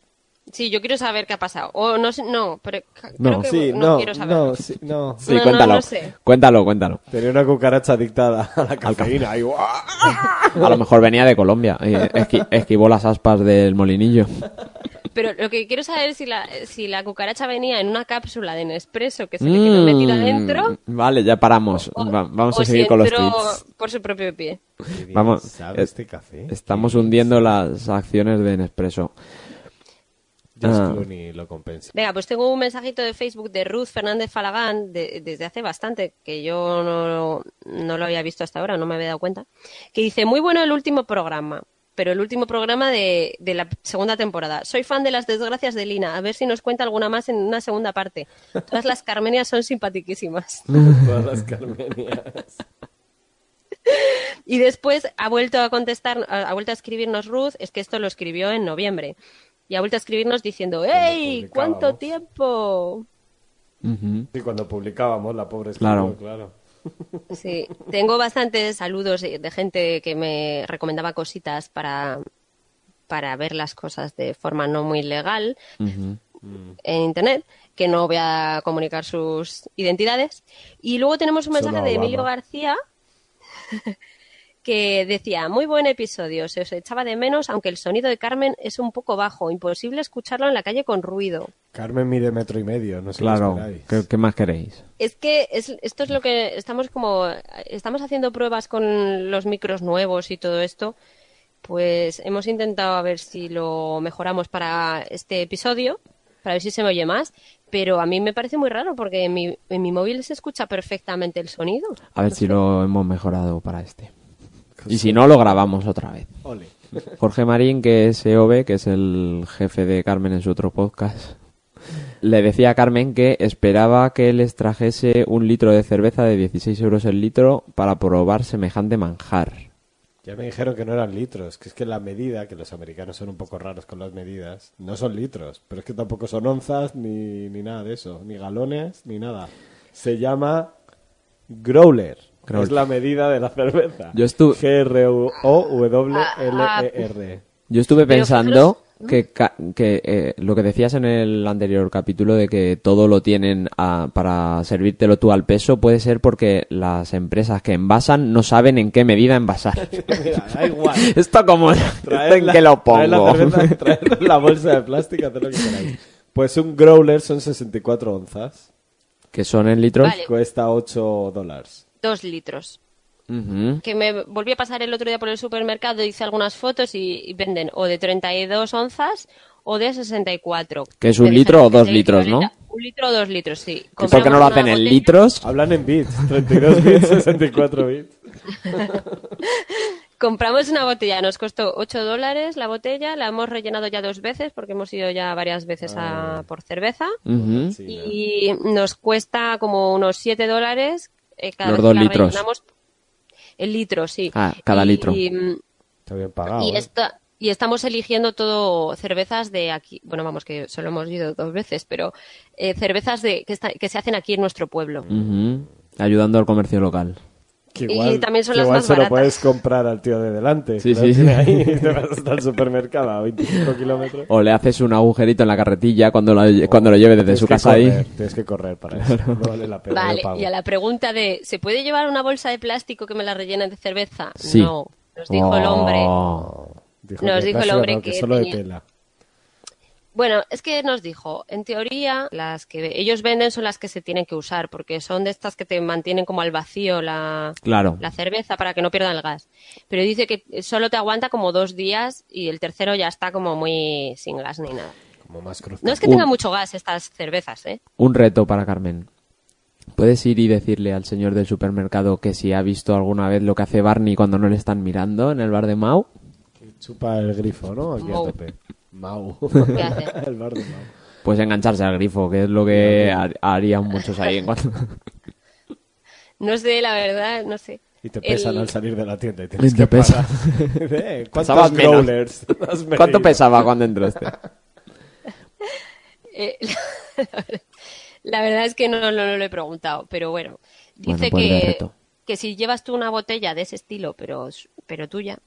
Sí, yo quiero saber qué ha pasado. O no sé, no, pero ca-
No,
creo que
Sí,
no,
no,
quiero saber.
no, sí, no.
Sí,
No, no,
cuéntalo.
no sé.
Cuéntalo, cuéntalo.
Tenía una cucaracha dictada a la cafeína. ahí, ¡guau!
A lo mejor venía de Colombia. y esqui- esquivó las aspas del molinillo.
Pero lo que quiero saber es si la, si la cucaracha venía en una cápsula de Nespresso que se le quedó metida adentro.
Mm, Vale, ya paramos.
o-
Va- vamos
o
a
si
seguir con los
entró
tweets.
Por su propio pie.
Qué bien
Vamos,
sabe
eh,
este café?
Estamos hundiendo las acciones de Nespresso.
George
ah.
Clooney lo compensa.
Venga, pues tengo un mensajito de Facebook de Ruth Fernández Falagán de- desde hace bastante, que yo no, no lo había visto hasta ahora, no me había dado cuenta, que dice, muy bueno el último programa, pero el último programa de, de la segunda temporada. Soy fan de las desgracias de Lina, a ver si nos cuenta alguna más en una segunda parte. Todas las Carmenias son simpatiquísimas.
Todas las carmenias.
Y después ha vuelto a contestar, ha ha vuelto a escribirnos Ruth, es que esto lo escribió en noviembre. Y ha vuelto a escribirnos diciendo, ¡Ey!
publicábamos.
¿Cuánto tiempo?
Ujú.
Sí, cuando publicábamos la pobre
Claro.
escribió, claro.
Sí, tengo bastantes saludos de de gente que me recomendaba cositas para, para ver las cosas de forma no muy legal en Internet, que no voy a comunicar sus identidades. Y luego tenemos un
Solo
mensaje de
Obama.
Emilio García que decía, muy buen episodio, se os echaba de menos, aunque el sonido de Carmen es un poco bajo, imposible escucharlo en la calle con ruido.
Carmen mide metro y medio, no sé
Claro, ¿qué, qué más queréis?
Es que es- esto es lo que estamos como estamos haciendo pruebas con los micros nuevos y todo esto. Pues hemos intentado a ver si lo mejoramos para este episodio, para ver si se me oye más, pero a mí me parece muy raro porque en mi, en mi móvil se escucha perfectamente el sonido.
A ver si
Pues
lo hemos mejorado para este.
Pues
Y si no, lo grabamos otra vez.
Ole.
Jorge Marín, que es EOB, que es el jefe de Carmen en su otro podcast, le decía a Carmen que esperaba que les trajese un litro de cerveza de 16 euros el litro para probar semejante manjar.
Ya me dijeron que no eran litros, que es que la medida, que los americanos son un poco raros con las medidas, no son litros, pero es que tampoco son onzas ni, ni nada de eso, ni galones, ni nada. Se llama growler.
Growler.
Es la medida de la cerveza.
Yo Ah, estuve-
E G-R-O-W-L-E-R.
Yo estuve
Pero
pensando que, ca- que eh, lo que decías en el anterior capítulo de que todo lo tienen a- para servírtelo tú al peso puede ser porque las empresas que envasan no saben en qué medida envasar.
Mira, da igual.
Esto como
Traed
Este en
la-
qué lo
traed la
pongo.
cerveza, traed la bolsa de plástico, haced lo que queráis. Pues un growler son 64 onzas.
que son en litros.
Vale.
Cuesta 8 dólares.
Dos litros.
Ujú.
Que me volví a pasar el otro día por el supermercado, hice algunas fotos y, y venden o de 32 onzas o de 64.
Que es un
Me dijeron
litro o
que
dos
se
litros, ¿no?
equivalía- Un litro o dos litros, sí.
¿Y por qué no lo hacen en
litros?
litros?
Hablan en bits. 32 bits, 64 bits.
Compramos una botella, nos costó 8 dólares la botella, la hemos rellenado ya dos veces porque hemos ido ya varias veces a-
Ah.
por cerveza
Ujú.
Sí,
y nos cuesta como unos 7 dólares eh, cada
Los
vez
dos
que la
litros.
rellenamos. El litro, sí.
Ah, cada
Y-
litro.
y- mm,
Está bien pagado.
y,
¿eh?
esta- y estamos eligiendo todo cervezas de aquí. Bueno, vamos, que solo hemos ido dos veces, pero eh, cervezas de, que, está- que se hacen aquí en nuestro pueblo.
Mm, Ujú. Ayudando al comercio local.
Que
y
igual,
también son
que
las
igual
más
se lo
baratas.
puedes comprar al tío de delante.
Sí,
Lo
sí.
tiene ahí, te vas hasta el supermercado a 25 kilómetros.
O le haces un agujerito en la carretilla cuando lo, cuando lo lleve desde
Tienes
su
que
casa
correr,
ahí.
Tienes que correr para eso. No vale la pena.
Vale,
yo pago.
y a la pregunta de ¿se puede llevar una bolsa de plástico que me la rellenen de cerveza?
Sí.
No, nos dijo el hombre.
Oh.
Dijo
nos
que
dijo el
plástico
hombre
no, que,
que
solo de
tenía-
tela.
Bueno, es que nos dijo, en teoría, las que ellos venden son las que se tienen que usar, porque son de estas que te mantienen como al vacío la,
Claro.
la cerveza para que no pierdan el gas. Pero dice que solo te aguanta como dos días y el tercero ya está como muy sin gas ni nada.
Como más cruzado.
No es que
Un-
tenga mucho gas estas cervezas, ¿eh?
Un reto para Carmen. ¿Puedes ir y decirle al señor del supermercado que si ha visto alguna vez lo que hace Barney cuando no le están mirando en el bar de Mau?
Chupa el grifo, ¿no? Aquí
Mau.
a tope. Mau.
¿Qué hace?
el bar de Mau.
Pues engancharse al grifo, que es lo que har- harían muchos ahí en cuanto...
No sé, la verdad, no sé.
Y te
El-
pesan al salir de la tienda y tienes
Y
que
te pesa.
pagar. Eh,
Pesabas
¿Cuántos
menos.
growlers has medido?
¿Cuánto pesaba cuando este? entraste?
Eh, la verdad es que no, no- no lo he preguntado, pero bueno.
pues
Dice
Bueno, ponle
que,
reto.
que si llevas tú una botella de ese estilo, pero, pero tuya,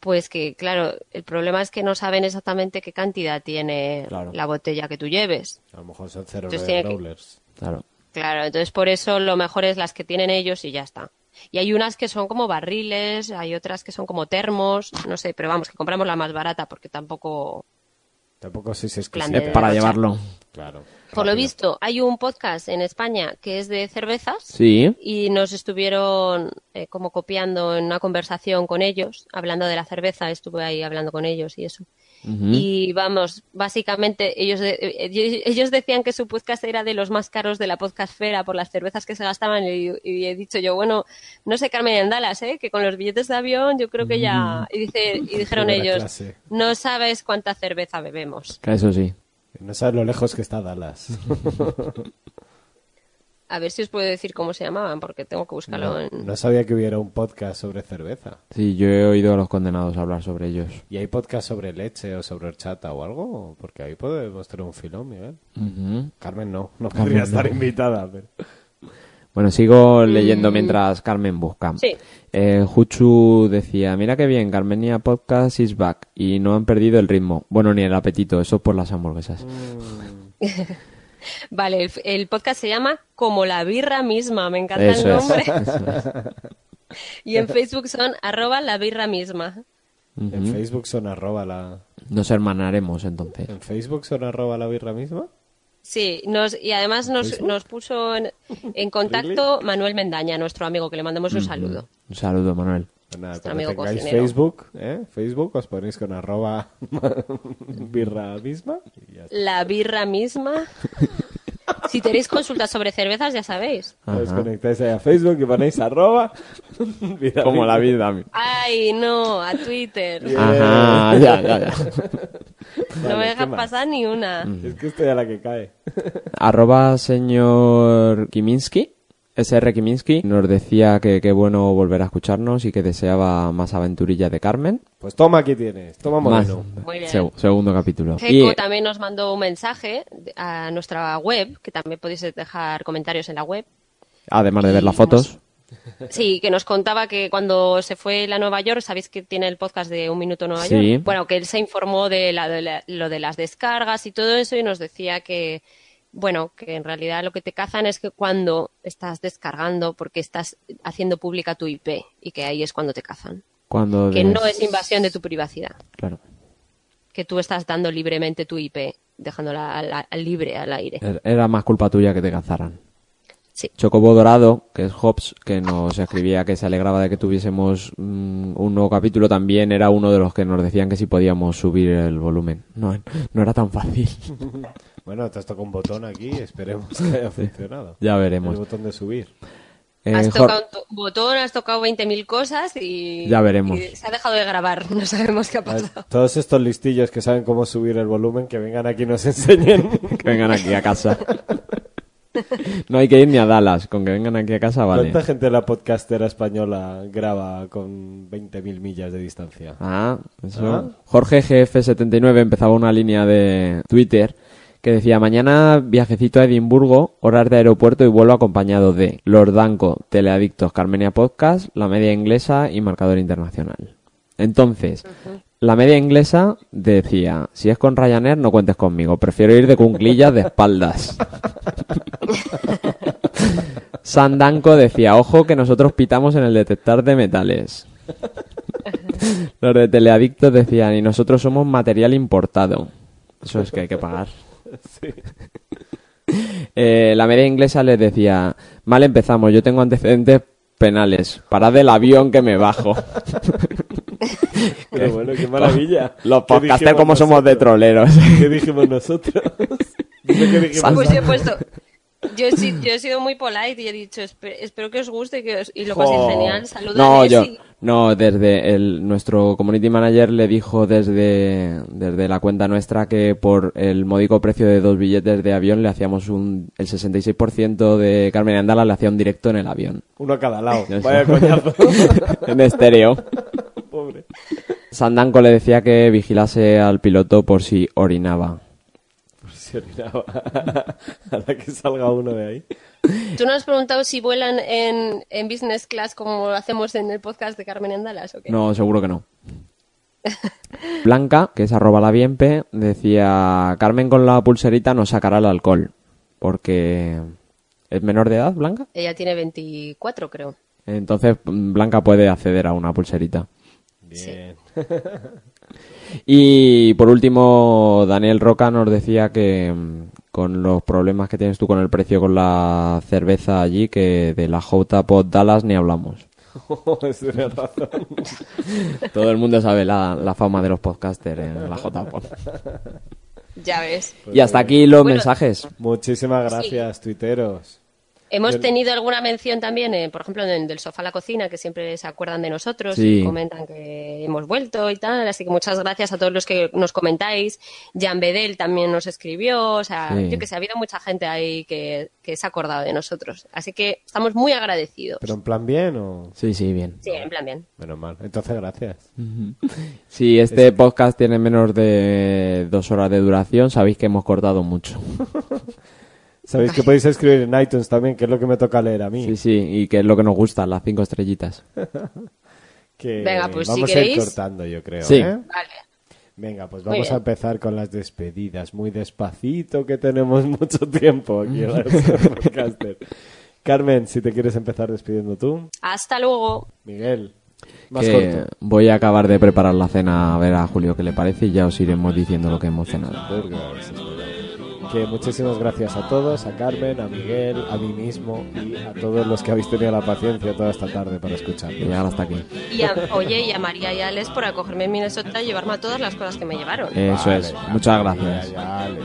pues que, claro, el problema es que no saben exactamente qué cantidad tiene
Claro.
la botella que tú lleves.
A lo mejor son cero
Entonces tiene que-
growlers.
Claro.
Claro, entonces por eso lo mejor es las que tienen ellos y ya está. Y hay unas que son como barriles, hay otras que son como termos, no sé, pero vamos, que compramos la más barata porque tampoco
Tampoco sois
Plan
Es
de-
exquisitos.
para llevarlo.
Claro.
Por lo
rápido.
visto, hay un podcast en España que es de cervezas
Sí.
y nos estuvieron eh, como copiando en una conversación con ellos, hablando de la cerveza, estuve ahí hablando con ellos y eso.
Ujú.
Y vamos, básicamente ellos, de- eh, ellos decían que su podcast era de los más caros de la podcastfera por las cervezas que se gastaban y, y he dicho yo, bueno, no sé Carmen en Dallas, ¿eh? que con los billetes de avión yo creo que ya... Y, dice, y dijeron
Primera
ellos,
clase.
no sabes cuánta cerveza bebemos.
Que Eso sí.
No sabes lo lejos que está Dallas.
A ver si os puedo decir cómo se llamaban, porque tengo que buscarlo
No,
en...
no sabía que hubiera un podcast sobre cerveza.
Sí, yo he oído a los condenados hablar sobre ellos.
¿Y hay podcast sobre leche o sobre horchata o algo? Porque ahí podemos tener un filón, Miguel.
Ujú.
Carmen no, no podría estar invitada. Pero...
Bueno, sigo leyendo mientras Carmen busca.
Mm. Sí.
Eh, Juchu decía, mira qué bien, Carmenia Podcast is back y no han perdido el ritmo. Bueno, ni el apetito, eso por las hamburguesas.
Vale, el, el podcast se llama Como la birra misma, me encanta
Eso
el
es,
nombre. Y en Facebook son arroba la birra misma.
En Facebook son arroba la...
Nos hermanaremos entonces.
¿En Facebook son arroba la birra misma?
Sí, nos, y además nos, nos puso en, en contacto Manuel Mendaña, nuestro amigo, que le mandamos un saludo.
Un saludo, Manuel.
Pues nada,
Nuestro
cuando
amigo
tengáis
cocinero.
Facebook, ¿eh? Facebook os ponéis con arroba birra misma y ya está.
La birra misma. Si tenéis consultas sobre cervezas, ya sabéis.
Os conectáis ahí a Facebook y ponéis arroba birra
Como la
misma.
vida. mi-
Ay, no, a Twitter.
Ajá, ya, ya, ya.
No me dejan pasar ni una.
Es que estoy a la que cae.
Arroba señor Kiminsky, SR Kiminsky, nos decía que qué bueno volver a escucharnos y que deseaba más aventurilla de Carmen.
Pues toma aquí tienes, toma modelo.
Más-
Muy bien.
Segu- segundo capítulo.
Jeco
Y-
también nos mandó un mensaje de- a nuestra web, que también podéis dejar comentarios en la web.
Además de ver las fotos.
Sí, que nos contaba que cuando se fue la Nueva York, sabéis que tiene el podcast de Un Minuto Nueva
Sí.
York. Bueno, que él se informó de, la- de la- lo de las descargas y todo eso y nos decía que, bueno, que en realidad lo que te cazan es que cuando estás descargando porque estás haciendo pública tu IP y que ahí es cuando te cazan.
Cuando
Que
des-
no es invasión de tu privacidad,
Claro.
que tú estás dando libremente tu IP, dejándola al- al libre, al aire.
Er- Era más culpa tuya que te cazaran.
Sí.
Chocobo Dorado, que es Hobbs, que nos escribía que se alegraba de que tuviésemos mm, un nuevo capítulo, también era uno de los que nos decían que si podíamos subir el volumen. No, no era tan fácil.
Bueno, te has tocado un botón aquí, esperemos que haya funcionado.
Ya veremos.
El botón de subir.
Eh,
has
Jor-
tocado un to- botón, has tocado 20.000 cosas y...
Ya veremos.
y se ha dejado de grabar, no sabemos qué ha
A ver,
pasado.
Todos estos listillos que saben cómo subir el volumen, que vengan aquí y nos enseñen.
Que vengan aquí a casa. no hay que ir ni a Dallas, con que vengan aquí a casa Ah, vale.
¿Cuánta gente de la podcastera española graba con 20.000 millas de distancia?
Ah, eso.
Ah.
Jorge GF79 empezaba una línea de Twitter que decía, mañana viajecito a Edimburgo, horas de aeropuerto y vuelo acompañado de Lord Danco, Teleadictos, Carmenia Podcast, La Media Inglesa y Marcador Internacional. Entonces, la media inglesa decía, si es con Ryanair no cuentes conmigo, prefiero ir de cunclillas de espaldas. Sandanco decía, ojo que nosotros pitamos en el detectar de metales. Los de Teleadictos decían, y nosotros somos material importado. Eso es que hay que pagar. Eh, la media inglesa les decía, mal empezamos, yo tengo antecedentes penales, parad el avión que me bajo.
Pero bueno, qué maravilla.
Ah, eh. Los
¿Qué
podcasters
dijimos
como somos de
nosotros?
troleros.
¿Qué dijimos nosotros? Dime qué dijimos.
Pues yo he puesto... Yo he, si- yo he sido muy polite y he dicho, "Espe- espero que os guste y, que os- y lo paséis
Jo.
genial. Saludos
No, yo, no, desde el, nuestro community manager le dijo desde, desde la cuenta nuestra que por el módico precio de dos billetes de avión le hacíamos un, el 66% de Carmen Andala le hacía un directo en el avión.
Uno a cada lado.
Ya sé.
Vaya coñazo.
en estéreo.
Pobre.
Sandanco le decía que vigilase al piloto por si orinaba.
Por si orinaba. A la que salga uno de ahí.
¿Tú no has preguntado si vuelan en, en business class como lo hacemos en el podcast de Carmen en Dallas o qué?
No, seguro que no. Blanca, que es arroba la bienpe, decía, Carmen con la pulserita nos sacará el alcohol. Porque... ¿Es menor de edad, Blanca?
Ella tiene 24, creo.
Entonces mm, Blanca puede acceder a una pulserita.
Bien.
Y por último, Daniel Roca nos decía que mm, con los problemas que tienes tú con el precio con la cerveza allí, que de la J-Pod Dallas ni hablamos.
Es de razón.
Todo el mundo sabe la, la fama de los podcasters en la J-Pod.
Ya ves.
Y hasta aquí los
Bueno.
mensajes.
Muchísimas gracias, tuiteros.
Hemos
Yo-
tenido alguna mención también, eh, por ejemplo, en del sofá a la cocina, que siempre se acuerdan de nosotros
Sí.
y comentan que hemos vuelto y tal. Así que muchas gracias a todos los que nos comentáis. Jan Bedel también nos escribió. O sea,
Sí.
yo que sé, ha habido mucha gente ahí que, que se ha acordado de nosotros. Así que estamos muy agradecidos.
¿Pero en plan bien o...?
Sí, sí, bien.
Sí, en plan bien.
Menos mal. Entonces, gracias.
Si este podcast tiene menos de dos horas de duración, sabéis que hemos cortado mucho.
Sabéis que podéis escribir en iTunes también, que es lo que me toca leer a mí.
Sí, sí, y que es lo que nos gusta, las cinco estrellitas.
Eh, Que
Venga, pues, si
vamos a ir
queréis-
cortando, yo creo.
Sí.
¿eh?
Vale.
Venga, pues
Muy
vamos a
bien.
empezar con las despedidas. Muy despacito, que tenemos mucho tiempo aquí en la Podcaster. Carmen, si te quieres empezar despidiendo tú.
Hasta luego.
Miguel, más
que
corto.
Voy a acabar de preparar la cena a ver a Julio qué le parece y ya os iremos diciendo lo que hemos cenado.
Burgers, espera. que muchísimas gracias a todos, a Carmen, a Miguel, a mí mismo y a todos los que habéis tenido la paciencia toda esta tarde para escuchar.
Y llegar hasta aquí.
Y a- oye, y a María y a Alex por acogerme en Minnesota y llevarme a todas las cosas que me llevaron.
Eso es. Muchas gracias.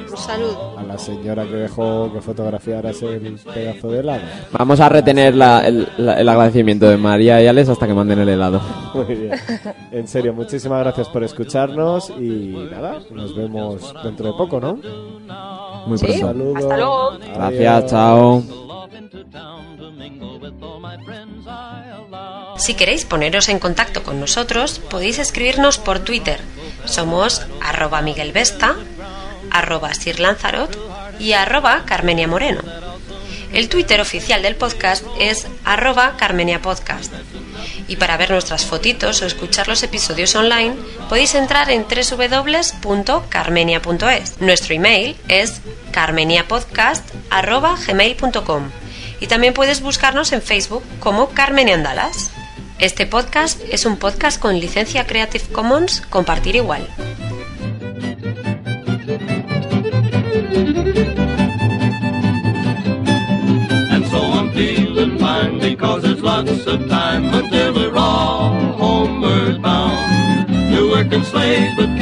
Un saludo.
A la señora que dejó que fotografiaras el pedazo de helado.
Vamos a retener la- el, la- el agradecimiento de María y Alex hasta que manden el helado.
Muy bien. En serio, muchísimas gracias por escucharnos y nada, nos vemos dentro de poco, ¿no?
Muy
Sí.
pronto.
Saludos.
Hasta luego.
Gracias, chao.
Si queréis poneros en contacto con nosotros, podéis escribirnos por Twitter. Somos arroba Miguel Vesta, arroba Sir Lanzarot y arroba Carmenia Moreno. El Twitter oficial del podcast es arroba Carmenia Podcast. Y para ver nuestras fotitos o escuchar los episodios online, podéis entrar en www.carmenia.es. Nuestro email es carmeniapodcast.gmail.com y también puedes buscarnos en Facebook como Carmen y Andalas. Este podcast es un podcast con licencia Creative Commons Compartir Igual.
And so I'm feeling fine because there's lots of time until we're all homeward bound. Newark and Slade, but